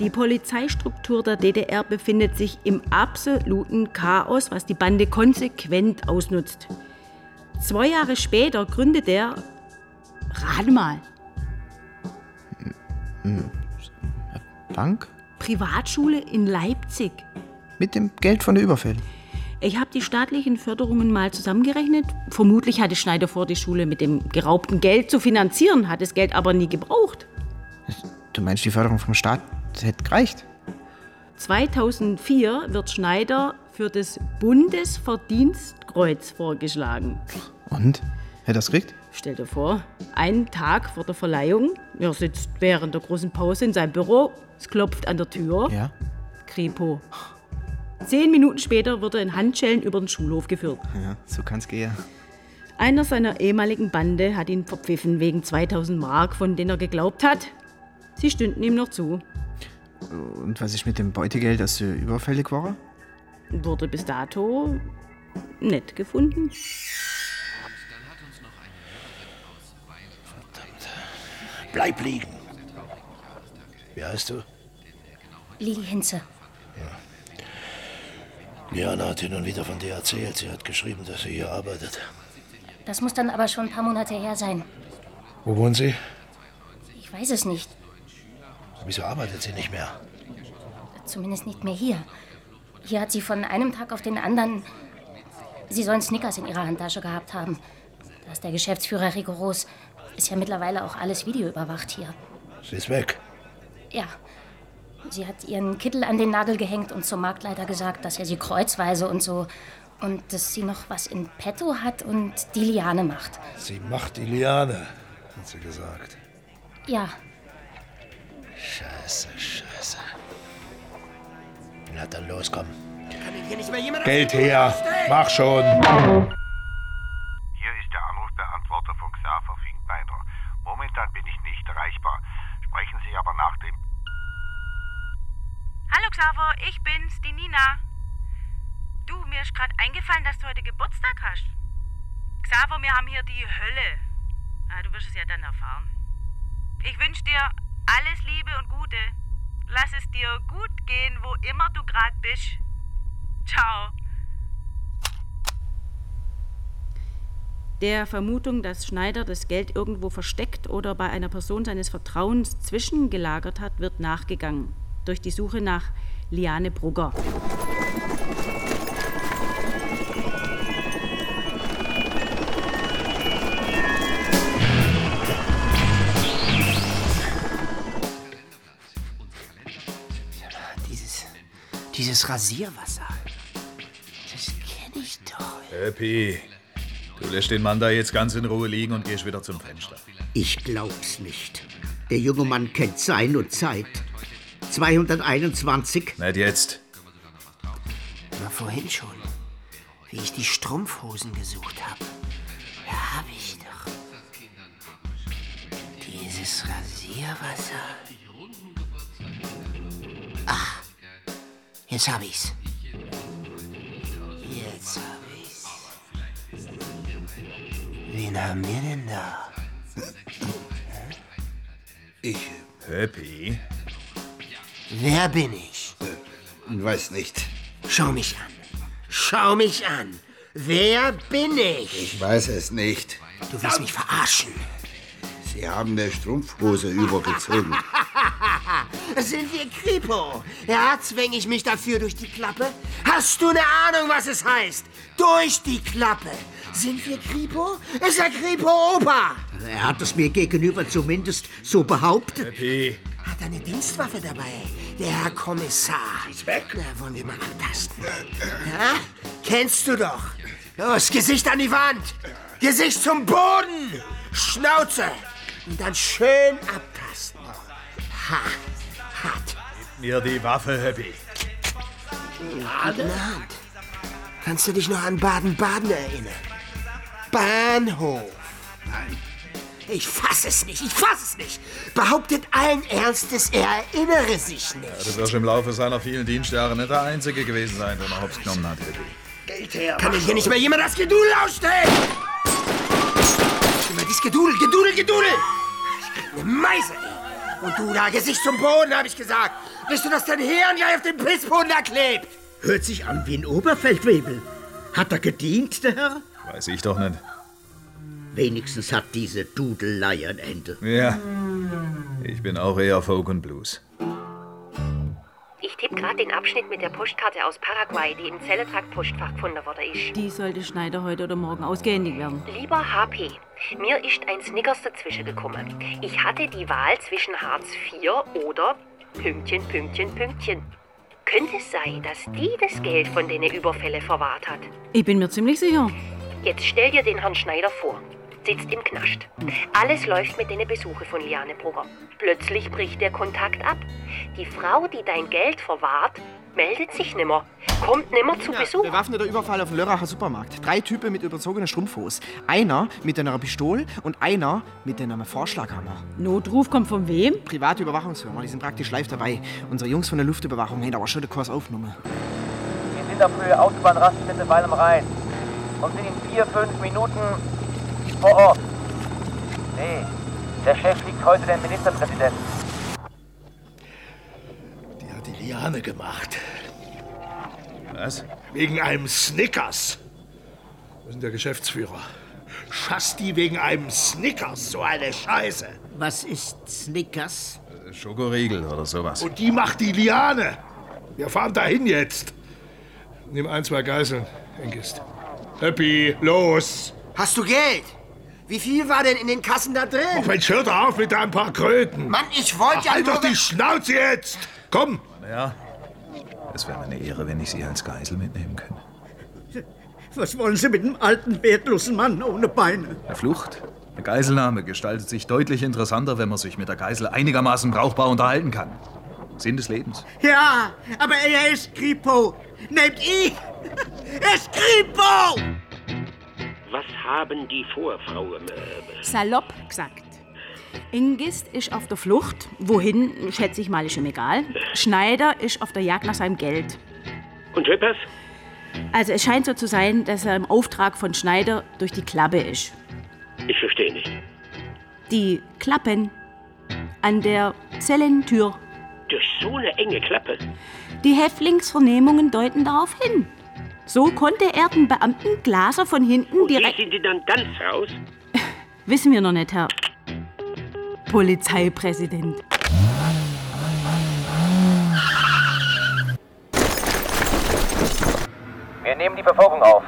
Speaker 7: Die Polizeistruktur der DDR befindet sich im absoluten Chaos, was die Bande konsequent ausnutzt. Zwei Jahre später gründet er, rate mal,
Speaker 18: Hm. Bank?
Speaker 7: Privatschule in Leipzig.
Speaker 18: Mit dem Geld von den Überfällen.
Speaker 7: Ich habe die staatlichen Förderungen mal zusammengerechnet. Vermutlich hatte Schneider vor, die Schule mit dem geraubten Geld zu finanzieren, hat das Geld aber nie gebraucht.
Speaker 18: Du meinst, die Förderung vom Staat hätte gereicht?
Speaker 7: 2004 wird Schneider für das Bundesverdienstkreuz vorgeschlagen.
Speaker 18: Und? Hätte das gekriegt?
Speaker 7: Stell dir vor, einen Tag vor der Verleihung, er sitzt während der großen Pause in seinem Büro, es klopft an der Tür.
Speaker 18: Ja.
Speaker 7: Kripo. Zehn Minuten später wurde in Handschellen über den Schulhof geführt.
Speaker 18: Ja, so kann's gehen.
Speaker 7: Einer seiner ehemaligen Bande hat ihn verpfiffen wegen 2000 Mark, von denen er geglaubt hat, sie stünden ihm noch zu.
Speaker 18: Und was ist mit dem Beutegeld, das äh, überfällig war?
Speaker 7: Wurde bis dato nett gefunden.
Speaker 8: Bleib liegen. Wie heißt du?
Speaker 11: Lili Hinze.
Speaker 8: Liana hat hin und wieder von dir erzählt. Sie hat geschrieben, dass sie hier arbeitet.
Speaker 11: Das muss dann aber schon ein paar Monate her sein.
Speaker 8: Wo wohnt sie?
Speaker 11: Ich weiß es nicht.
Speaker 8: Wieso arbeitet sie nicht mehr?
Speaker 11: Zumindest nicht mehr hier. Hier hat sie von einem Tag auf den anderen. Sie sollen Snickers in ihrer Handtasche gehabt haben. Da ist der Geschäftsführer rigoros. Ist ja mittlerweile auch alles videoüberwacht hier.
Speaker 8: Sie ist weg.
Speaker 11: Ja. Sie hat ihren Kittel an den Nagel gehängt und zum Marktleiter gesagt, dass er sie kreuzweise und so. Und dass sie noch was in petto hat und die Liane macht.
Speaker 8: Sie macht die Liane, hat sie gesagt.
Speaker 11: Ja,
Speaker 8: Scheiße, scheiße. Na dann los, komm.
Speaker 22: Geld her, mach schon.
Speaker 14: Hier ist der Anrufbeantworter von Xaver Finkbeiner. Momentan bin ich nicht erreichbar. Sprechen Sie aber nach dem.
Speaker 17: Hallo Xaver, ich bin's, die Nina. Du, mir ist gerade eingefallen, dass du heute Geburtstag hast. Xaver, wir haben hier die Hölle. Ah, du wirst es ja dann erfahren. Ich wünsche dir alles Liebe und Gute. Lass es dir gut gehen, wo immer du gerade bist. Ciao.
Speaker 7: Der Vermutung, dass Schneider das Geld irgendwo versteckt oder bei einer Person seines Vertrauens zwischengelagert hat, wird nachgegangen. Durch die Suche nach Liane Brugger.
Speaker 9: Dieses, dieses Rasierwasser. Das kenne ich doch.
Speaker 10: Happy. Du lässt den Mann da jetzt ganz in Ruhe liegen und gehst wieder zum Fenster.
Speaker 2: Ich glaub's nicht. Der junge Mann kennt Sein und Zeit. 221.
Speaker 10: Nicht jetzt.
Speaker 9: Na, vorhin schon. Wie ich die Strumpfhosen gesucht habe. Da habe ich doch. Dieses Rasierwasser. Ah, jetzt habe ich's. Jetzt habe ich's. Wen haben wir denn da?
Speaker 10: Ich. Happy?
Speaker 9: Wer bin ich?
Speaker 5: äh, Weiß nicht.
Speaker 9: Schau mich an. Schau mich an. Wer bin ich?
Speaker 5: Ich weiß es nicht.
Speaker 9: Du willst mich verarschen.
Speaker 5: Sie haben eine Strumpfhose übergezogen.
Speaker 9: <laughs> Sind wir Kripo? Ja, zwänge ich mich dafür durch die Klappe? Hast du eine Ahnung, was es heißt? Durch die Klappe. Sind wir Kripo? Ist der Kripo Opa?
Speaker 2: Er hat es mir gegenüber zumindest so behauptet.
Speaker 9: Hat er eine Dienstwaffe dabei? Der Herr Kommissar. Ist weg. Na, wollen wir mal abtasten. Ja? Kennst du doch. Los, Gesicht an die Wand. Gesicht zum Boden. Schnauze. Und dann schön abtasten. Ha. Hart.
Speaker 10: Gib mir die Waffe, Happy.
Speaker 9: Guten Abend. Kannst du dich noch an Baden-Baden erinnern? Bahnhof. Nein. Ich fass es nicht, ich fass es nicht. Behauptet allen Ernstes, er erinnere sich nicht.
Speaker 10: Ja, du wirst im Laufe seiner vielen Dienstjahre nicht der Einzige gewesen sein, den er hops genommen hat, Happy.
Speaker 9: Geld her. Kann mir hier nicht mehr jemand das Gedudel ausstellen? Immer dies Gedudel, Gedudel, Gedudel. Ich krieg eine Meise. ey. Und du da, Gesicht zum Boden, habe ich gesagt. Willst du, dass dein Hirn gleich auf dem Pissboden da klebt?
Speaker 2: Hört sich an wie ein Oberfeldwebel. Hat er gedient, der Herr?
Speaker 10: Weiß ich doch nicht.
Speaker 2: Wenigstens hat diese Dudelei ein Ende.
Speaker 10: Ja. Ich bin auch eher Folk und Blues.
Speaker 1: Ich tippe gerade den Abschnitt mit der Postkarte aus Paraguay, die im Zelletrag-Postfach gefunden wurde ist.
Speaker 7: Die sollte Schneider heute oder morgen ausgehändigt werden.
Speaker 1: Lieber HP, mir ist ein Snickers dazwischen gekommen. Ich hatte die Wahl zwischen Hartz IV oder Pünktchen, Pünktchen, Pünktchen. Könnte es sein, dass die das Geld von den Überfällen verwahrt hat?
Speaker 7: Ich bin mir ziemlich sicher.
Speaker 1: Jetzt stell dir den Herrn Schneider vor. Sitzt im Knast. Alles läuft mit den Besuchen von Liane Brugger. Plötzlich bricht der Kontakt ab. Die Frau, die dein Geld verwahrt, meldet sich nimmer, kommt nimmer zu Besuch.
Speaker 18: Bewaffneter Überfall auf dem Lörracher Supermarkt. Drei Typen mit überzogenen Strumpfhose. Einer mit einer Pistole und einer mit einem Vorschlaghammer.
Speaker 7: Notruf kommt von wem?
Speaker 18: Private Überwachungsfirma, die sind praktisch live dabei. Unsere Jungs von der Luftüberwachung haben aber schon den Kurs aufgenommen.
Speaker 19: Wir sind auf Höhe Autobahnraststätte Weil am Rhein und sind in vier, fünf Minuten vor Ort. Nee, der Chef liegt heute den Ministerpräsidenten.
Speaker 8: Die Liane gemacht.
Speaker 10: Was?
Speaker 8: Wegen einem Snickers. Das ist der Geschäftsführer. Schasti wegen einem Snickers, so eine Scheiße.
Speaker 21: Was ist Snickers?
Speaker 10: Schokoriegel oder sowas.
Speaker 8: Und die macht die Liane.
Speaker 22: Wir fahren dahin jetzt. Nimm ein, zwei Geiseln, Engist. Happy, los!
Speaker 9: Hast du Geld? Wie viel war denn in den Kassen da drin?
Speaker 22: Ach, Mensch, hör doch auf mit deinen paar Kröten!
Speaker 9: Mann, ich wollte
Speaker 22: Ach,
Speaker 9: ja
Speaker 22: Halt
Speaker 9: nur...
Speaker 22: doch die Schnauze jetzt! Komm!
Speaker 10: Ja. Es wäre mir eine Ehre, wenn ich Sie als Geisel mitnehmen könnte.
Speaker 21: Was wollen Sie mit dem alten, wertlosen Mann ohne Beine?
Speaker 10: Eine Flucht? Eine Geiselnahme gestaltet sich deutlich interessanter, wenn man sich mit der Geisel einigermaßen brauchbar unterhalten kann. Sinn des Lebens.
Speaker 21: Ja, aber er ist Kripo. Nehmt ich! <laughs> Er ist Kripo!
Speaker 13: Was haben die vor, Frau? ähm, äh,
Speaker 7: Salopp gesagt. Ingist ist auf der Flucht. Wohin, schätze ich mal, ist ihm egal. Schneider ist auf der Jagd nach seinem Geld.
Speaker 13: Und Höppers?
Speaker 7: Also es scheint so zu sein, dass er im Auftrag von Schneider durch die Klappe ist.
Speaker 13: Ich verstehe nicht.
Speaker 7: Die Klappen an der Zellentür.
Speaker 13: Durch so eine enge Klappe.
Speaker 7: Die Häftlingsvernehmungen deuten darauf hin. So konnte er den Beamten Glaser von hinten
Speaker 13: Wie
Speaker 7: direkt...
Speaker 13: sind die dann ganz raus?
Speaker 7: Wissen wir noch nicht, Herr Polizeipräsident.
Speaker 19: Wir nehmen die Verfolgung auf.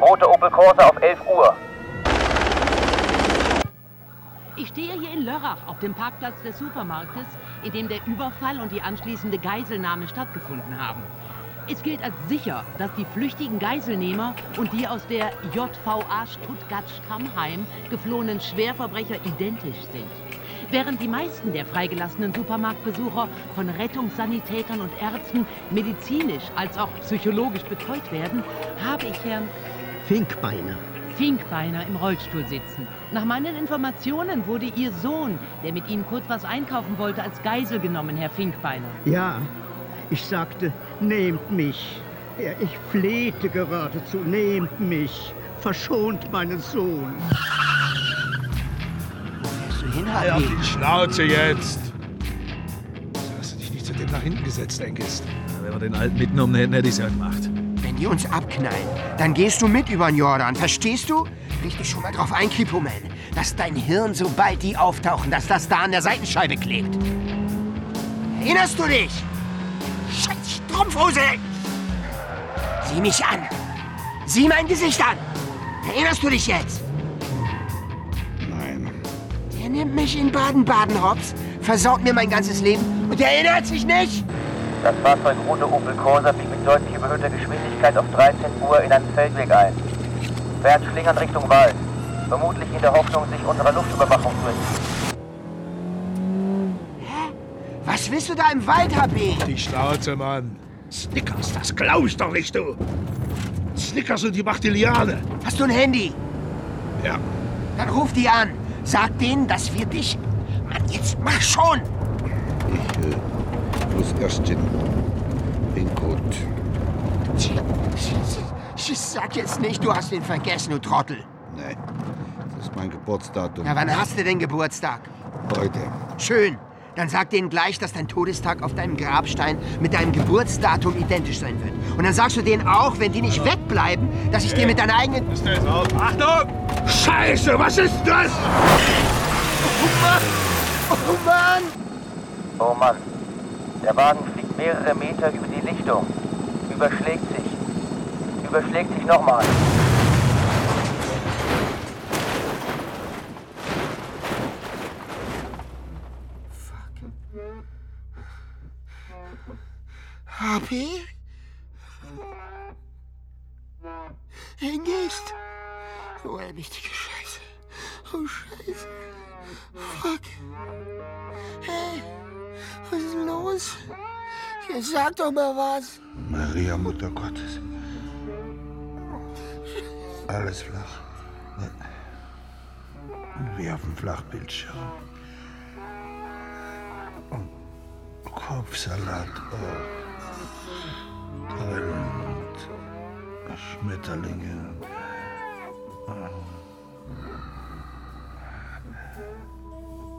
Speaker 19: Rote Opel Corsa auf 11 Uhr.
Speaker 25: Ich stehe hier in Lörrach auf dem Parkplatz des Supermarktes, in dem der Überfall und die anschließende Geiselnahme stattgefunden haben. Es gilt als sicher, dass die flüchtigen Geiselnehmer und die aus der JVA Stuttgart-Stammheim geflohenen Schwerverbrecher identisch sind. Während die meisten der freigelassenen Supermarktbesucher von Rettungssanitätern und Ärzten medizinisch als auch psychologisch betreut werden, habe ich Herrn
Speaker 21: Finkbeiner.
Speaker 25: Finkbeiner im Rollstuhl sitzen. Nach meinen Informationen wurde Ihr Sohn, der mit Ihnen kurz was einkaufen wollte, als Geisel genommen, Herr Finkbeiner.
Speaker 21: Ja, ich sagte, nehmt mich. Ja, Ich flehte geradezu, nehmt mich. Verschont meinen Sohn.
Speaker 22: Halt auf die Schnauze jetzt! Wieso Hast du dich nicht zu dem nach hinten gesetzt, Engist?
Speaker 10: Wenn wir den Alten mitgenommen hätten, hätte ich es ja gemacht.
Speaker 9: Wenn die uns abknallen, dann gehst du mit über den Jordan, verstehst du? Richte dich schon mal drauf ein, Kripoman. Lass dein Hirn, sobald die auftauchen, dass das da an der Seitenscheibe klebt. Erinnerst du dich? Scheiß Strumpfhose! Sieh mich an! Sieh mein Gesicht an! Erinnerst du dich jetzt? Nein. Der nimmt mich in Baden-Baden, Hops, versaut mir mein ganzes Leben und erinnert sich nicht!
Speaker 19: Das Fahrzeug Rote Opel Corsa biegt mit deutlich überhöhter Geschwindigkeit auf 13 Uhr in einen Feldweg ein. Fährt schlingern Richtung Wald. Vermutlich in der Hoffnung, sich unserer Luftüberwachung zu entziehen.
Speaker 9: Was willst du da im Wald, HP?
Speaker 22: Die Schnauze, Mann! Snickers, das glaub ich doch nicht, du! Snickers und die macht die Liane!
Speaker 9: Hast du ein Handy?
Speaker 22: Ja.
Speaker 9: Dann ruf die an. Sag denen, dass wir dich. Mann, jetzt mach schon!
Speaker 5: Plus äh, erst den Pincode.
Speaker 9: Ich sag jetzt nicht, du hast ihn vergessen, du Trottel.
Speaker 5: Nein, das ist mein Geburtsdatum.
Speaker 9: Na, wann hast du denn Geburtstag?
Speaker 5: Heute.
Speaker 9: Schön. Dann sag denen gleich, dass dein Todestag auf deinem Grabstein mit deinem Geburtsdatum identisch sein wird. Und dann sagst du denen auch, wenn die nicht wegbleiben, dass ich dir mit deiner eigenen.
Speaker 22: Achtung! Scheiße, was ist das?
Speaker 9: Oh Mann!
Speaker 19: Oh Mann. Der Wagen fliegt mehrere Meter über die Lichtung. Überschlägt sich. Überschlägt sich nochmal.
Speaker 9: HP? Hingehst? So eine wichtige Scheiße. Oh Scheiße. Fuck. Hey, was ist los? Jetzt sag doch mal was.
Speaker 5: Maria, Mutter Gottes. Alles flach. Wie auf dem Flachbildschirm. Und Kopfsalat. Oh. Grillen und Schmetterlinge.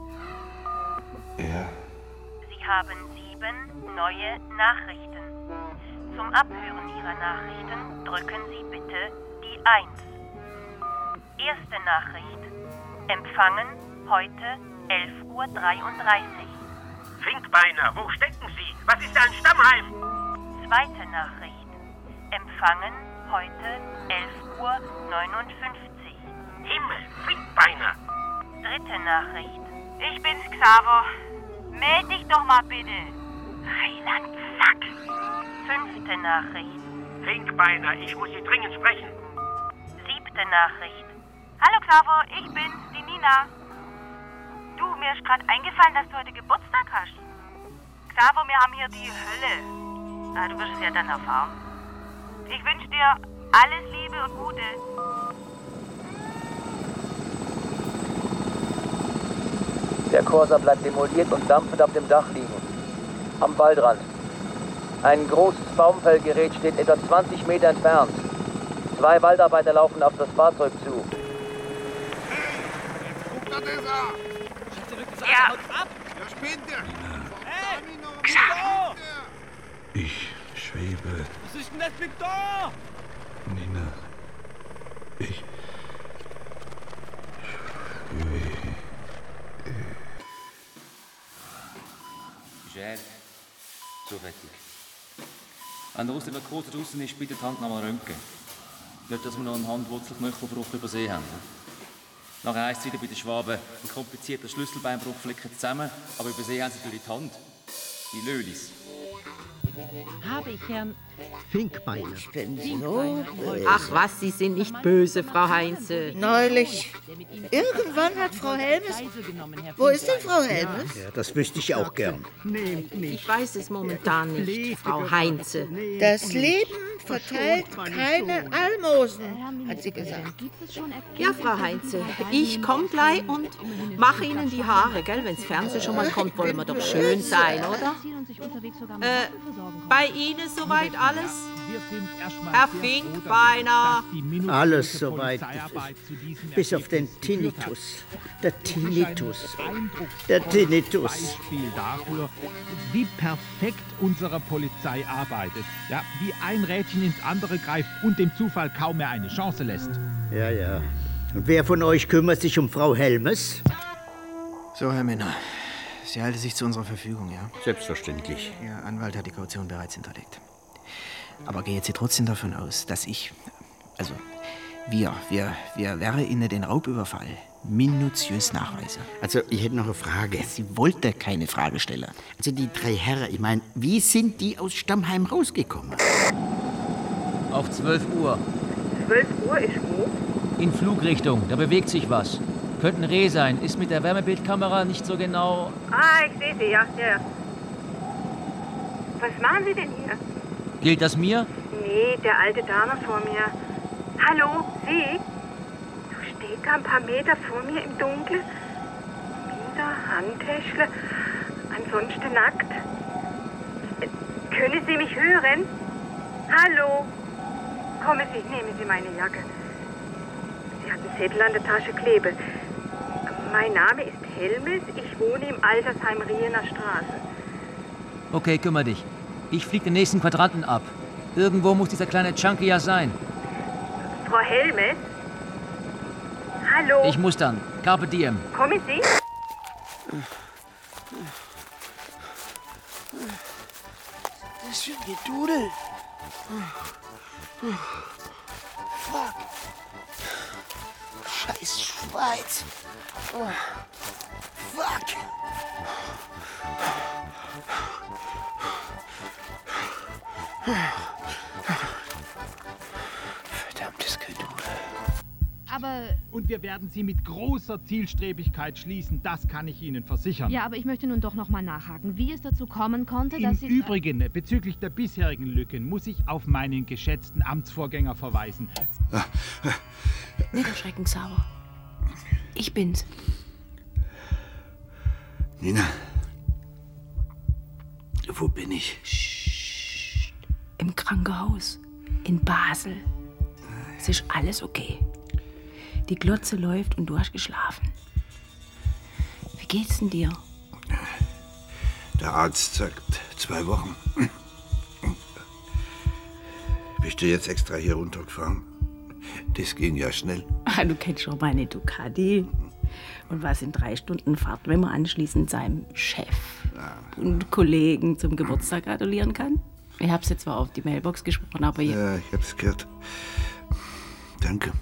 Speaker 5: Oh. Ja.
Speaker 17: Sie haben sieben neue Nachrichten. Zum Abhören Ihrer Nachrichten drücken Sie bitte die 1. Erste Nachricht. Empfangen heute 11.33 Uhr.
Speaker 15: Finkbeiner, wo stecken Sie? Was ist ein Stammheim?
Speaker 17: Zweite Nachricht. Empfangen heute 11.59 Uhr.
Speaker 15: Himmel, Finkbeiner!
Speaker 17: Dritte Nachricht. Ich bin's, Xaver. Meld dich doch mal bitte. Heiland Sack. Fünfte Nachricht.
Speaker 15: Finkbeiner, ich muss Sie dringend sprechen.
Speaker 17: Siebte Nachricht. Hallo Xaver, ich bin's, die Nina. Du, mir ist gerade eingefallen, dass du heute Geburtstag hast. Xaver, wir haben hier die Hölle. Ah, du wirst es ja dann erfahren. Ich wünsche dir alles Liebe und Gute.
Speaker 19: Der Corsa bleibt demoliert und dampfend auf dem Dach liegen. Am Waldrand. Ein großes Baumfellgerät steht etwa 20 Meter entfernt. Zwei Waldarbeiter laufen auf das Fahrzeug zu.
Speaker 17: Ja.
Speaker 15: Xaver!
Speaker 5: Ich schwebe,
Speaker 15: Was ist denn das mit da?
Speaker 5: Nina. Ich.
Speaker 3: Jeff, zur Rettung. Wenn der Ausländer Quote draußen ist, bitte die Hand nochmal röntgen. Nicht, dass wir noch einen Handwurzelknöchelbruch übersehen haben. ne? Nach einer wieder bei den Schwaben ein komplizierter Schlüsselbeinbruch flicken zusammen, aber übersehen haben sie natürlich die Hand. Die Lölis.
Speaker 25: Habe ich Herrn
Speaker 21: Finkbeiner. Ich bin
Speaker 25: so böse.
Speaker 6: Ach was, Sie sind nicht böse, Frau Heinze. Neulich. Irgendwann hat Frau Helmes. Wo ist denn Frau Helmes?
Speaker 2: Ja, das wüsste ich auch gern.
Speaker 6: Ich weiß es momentan nicht, Frau Heinze. Das Leben verteilt keine Almosen, hat sie gesagt. Ja, Frau Heinze, ich komme gleich und mache Ihnen die Haare, gell? Wenn's Fernsehen schon mal kommt, wollen wir doch schön sein, oder? Äh, bei Ihnen soweit alles? Herr Finkbeiner.
Speaker 2: Alles soweit. Bis auf den Tinnitus. Der Tinnitus. Der Tinnitus.
Speaker 20: Beispiel dafür, wie perfekt unsere Polizei arbeitet. Ja, wie ein Rädchen ins andere greift und dem Zufall kaum mehr eine Chance lässt.
Speaker 2: Ja, ja. Und wer von euch kümmert sich um Frau Helmes?
Speaker 18: So, Herr Männer. Sie halte sich zu unserer Verfügung, ja?
Speaker 26: Selbstverständlich.
Speaker 18: Ihr Anwalt hat die Kaution bereits hinterlegt. Aber gehe jetzt Sie trotzdem davon aus, dass ich, also wir, wir, wir wäre Ihnen den Raubüberfall minutiös nachweise.
Speaker 26: Also, ich hätte noch eine Frage.
Speaker 18: Sie wollte keine Frage stellen.
Speaker 26: Also, die drei Herren, ich meine, wie sind die aus Stammheim rausgekommen?
Speaker 27: Auf 12 Uhr.
Speaker 21: 12 Uhr ist wo?
Speaker 27: In Flugrichtung. Da bewegt sich was. Könnte ein Reh sein. Ist mit der Wärmebildkamera nicht so genau.
Speaker 21: Ah, ich sehe sie, ja, ja, ja. Was machen Sie denn hier?
Speaker 27: Gilt das mir?
Speaker 21: Nee, der alte Dame vor mir. Hallo, Sie? Du stehst da ein paar Meter vor mir im Dunkeln. Mieder, Handtäschle, ansonsten nackt. Äh, Können Sie mich hören? Hallo? Kommen Sie, nehmen Sie meine Jacke. Sie hat einen Zettel an der Tasche klebe. Mein Name ist Helmes, ich wohne im Altersheim Riener Straße.
Speaker 27: Okay, kümmer dich. Ich flieg den nächsten Quadranten ab. Irgendwo muss dieser kleine Chunky ja sein.
Speaker 21: Frau Helmes? Hallo?
Speaker 27: Ich muss dann. Carpe diem.
Speaker 21: Kommen Sie?
Speaker 9: Das ist schon Gedudel. Fuck. Scheiß Schweiz. Fuck.
Speaker 27: Verdammtes Gedudel.
Speaker 28: Aber
Speaker 14: Und wir werden sie mit großer Zielstrebigkeit schließen, das kann ich Ihnen versichern.
Speaker 28: ja, aber ich möchte nun doch nochmal nachhaken, wie es dazu kommen
Speaker 12: also
Speaker 28: konnte,
Speaker 14: Im
Speaker 28: dass Sie...
Speaker 14: Übrigen, bezüglich der bisherigen Lücken, muss ich auf meinen geschätzten Amtsvorgänger verweisen.
Speaker 7: Nicht erschrecken, Sauer. Ich bin's.
Speaker 5: Nina. Wo bin ich?
Speaker 7: Im Krankenhaus. In Basel. Es ist alles okay. Die Glotze läuft und du hast geschlafen. Wie geht's denn dir?
Speaker 5: Der Arzt sagt zwei Wochen. Bist du jetzt extra hier runtergefahren? Das ging ja schnell.
Speaker 7: Ah, Du kennst schon meine Ducati. Und was in drei Stunden Fahrt, wenn man anschließend seinem Chef und Kollegen zum Geburtstag gratulieren kann? Ich hab's jetzt zwar auf die Mailbox gesprochen, aber je-
Speaker 5: Ja, ich hab's gehört. Danke.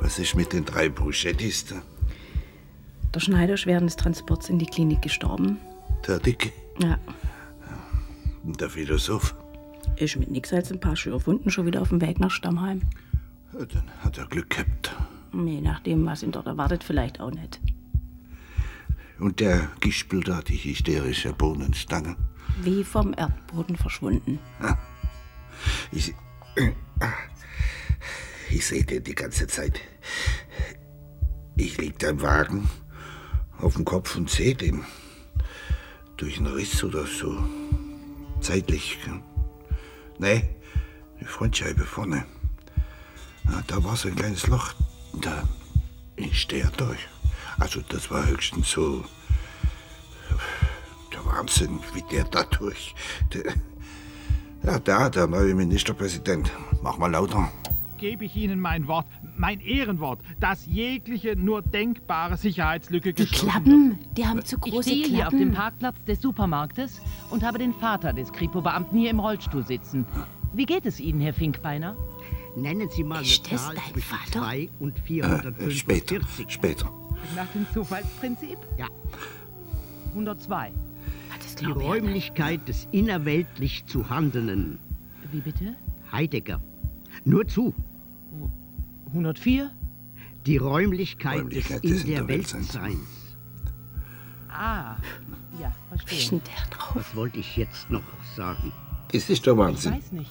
Speaker 5: Was ist mit den drei Bruschettis da?
Speaker 7: der Schneider ist während des Transports in die Klinik gestorben.
Speaker 5: Der Dicke
Speaker 7: Ja,
Speaker 5: und der Philosoph.
Speaker 7: ist mit nichts als ein paar Schürfwunden schon wieder auf dem Weg nach Stammheim.
Speaker 5: Ja, Dann hat er Glück gehabt.
Speaker 7: Je nachdem, was ihn dort erwartet, vielleicht auch nicht.
Speaker 5: Und der Gispel da, die hysterische Bohnenstange.
Speaker 7: Wie vom Erdboden verschwunden.
Speaker 5: Ich, ich sehe den die ganze Zeit. Ich lieg da im Wagen auf dem Kopf und sehe den. Durch einen Riss oder so. Zeitlich. gell? Nee, die Frontscheibe vorne. Ah, Da war so ein kleines Loch. Da, ich stehe durch. Also das war höchstens so der Wahnsinn, wie der da durch. Der, ja, da, der neue Ministerpräsident. Mach mal lauter.
Speaker 14: Gebe ich Ihnen mein Wort, mein Ehrenwort, dass jegliche nur denkbare Sicherheitslücke geschlossen
Speaker 7: Klappen, die haben zu
Speaker 25: Ich
Speaker 7: große
Speaker 25: stehe
Speaker 7: Klappen.
Speaker 25: hier auf dem Parkplatz des Supermarktes und habe den Vater des Kripo-Beamten hier im Rollstuhl sitzen. Wie geht es Ihnen, Herr Finkbeiner?
Speaker 2: Nennen Sie mal
Speaker 25: Ist
Speaker 2: eine
Speaker 25: das
Speaker 2: Zahl
Speaker 25: dein
Speaker 2: zwischen
Speaker 25: Vater?
Speaker 2: 2 und
Speaker 5: Äh, äh, später,
Speaker 2: 445.
Speaker 5: später.
Speaker 25: Nach dem Zufallsprinzip?
Speaker 2: Ja.
Speaker 25: 102.
Speaker 2: Die Räumlichkeit des innerweltlich zu Handelnden.
Speaker 25: Wie bitte?
Speaker 2: Heidegger. Nur zu.
Speaker 25: 104?
Speaker 2: Die Räumlichkeit,
Speaker 5: Räumlichkeit
Speaker 2: des
Speaker 5: des
Speaker 2: in der Welt
Speaker 5: Interweltseins.
Speaker 2: Seins.
Speaker 25: Ah, ja, verstehe.
Speaker 7: Wischen der drauf.
Speaker 2: Was wollte ich jetzt noch sagen?
Speaker 5: Das ist der Wahnsinn.
Speaker 25: Weiß nicht.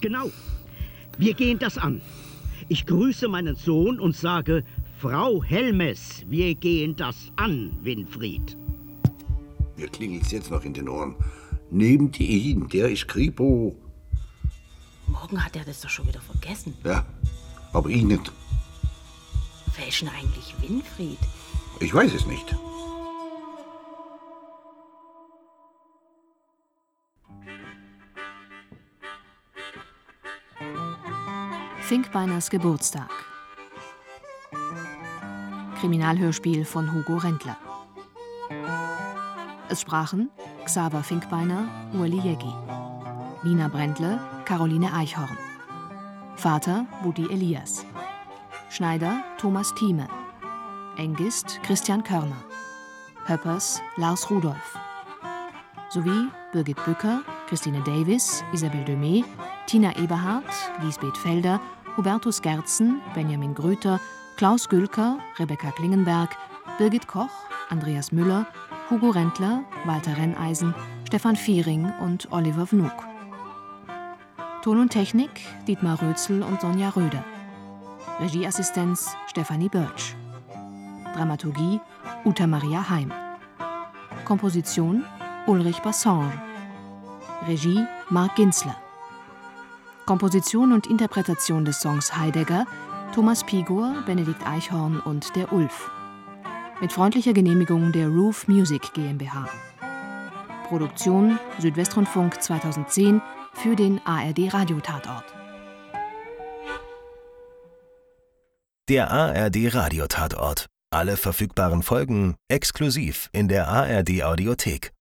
Speaker 2: Genau. Wir gehen das an. Ich grüße meinen Sohn und sage, Frau Helmes, wir gehen das an, Winfried.
Speaker 5: Mir klingelt's jetzt noch in den Ohren. Neben die ihn, der ist Kripo.
Speaker 7: Morgen hat er das doch schon wieder vergessen.
Speaker 5: Ja, aber ihn nicht.
Speaker 7: Wer ist denn eigentlich Winfried?
Speaker 5: Ich weiß es nicht.
Speaker 12: Finkbeiners Geburtstag. Kriminalhörspiel von Hugo Rendler. Es sprachen Xaver Finkbeiner, Ueli Jägi, Nina Brendle, Caroline Eichhorn, Vater Budi Elias, Schneider Thomas Thieme, Engist Christian Körner, Höppers Lars Rudolph, sowie Birgit Bücker, Christine Davis, Isabel Dömé, Tina Eberhardt, Lisbeth Felder, Hubertus Gerzen, Benjamin Grüter, Klaus Gülker, Rebecca Klingenberg, Birgit Koch, Andreas Müller, Hugo Rentler, Walter Renneisen, Stefan Fiering und Oliver Vnuk. Ton und Technik Dietmar Rözel und Sonja Röder. Regieassistenz Stefanie Birch. Dramaturgie Uta Maria Heim. Komposition Ulrich Bassange. Regie Marc Ginsler. Komposition und Interpretation des Songs Heidegger Thomas Pigor, Benedikt Eichhorn und der Ulf. Mit freundlicher Genehmigung der Roof Music GmbH. Produktion Südwestrundfunk 2010 für den ARD Radiotatort.
Speaker 29: Der ARD Radiotatort. Alle verfügbaren Folgen exklusiv in der ARD Audiothek.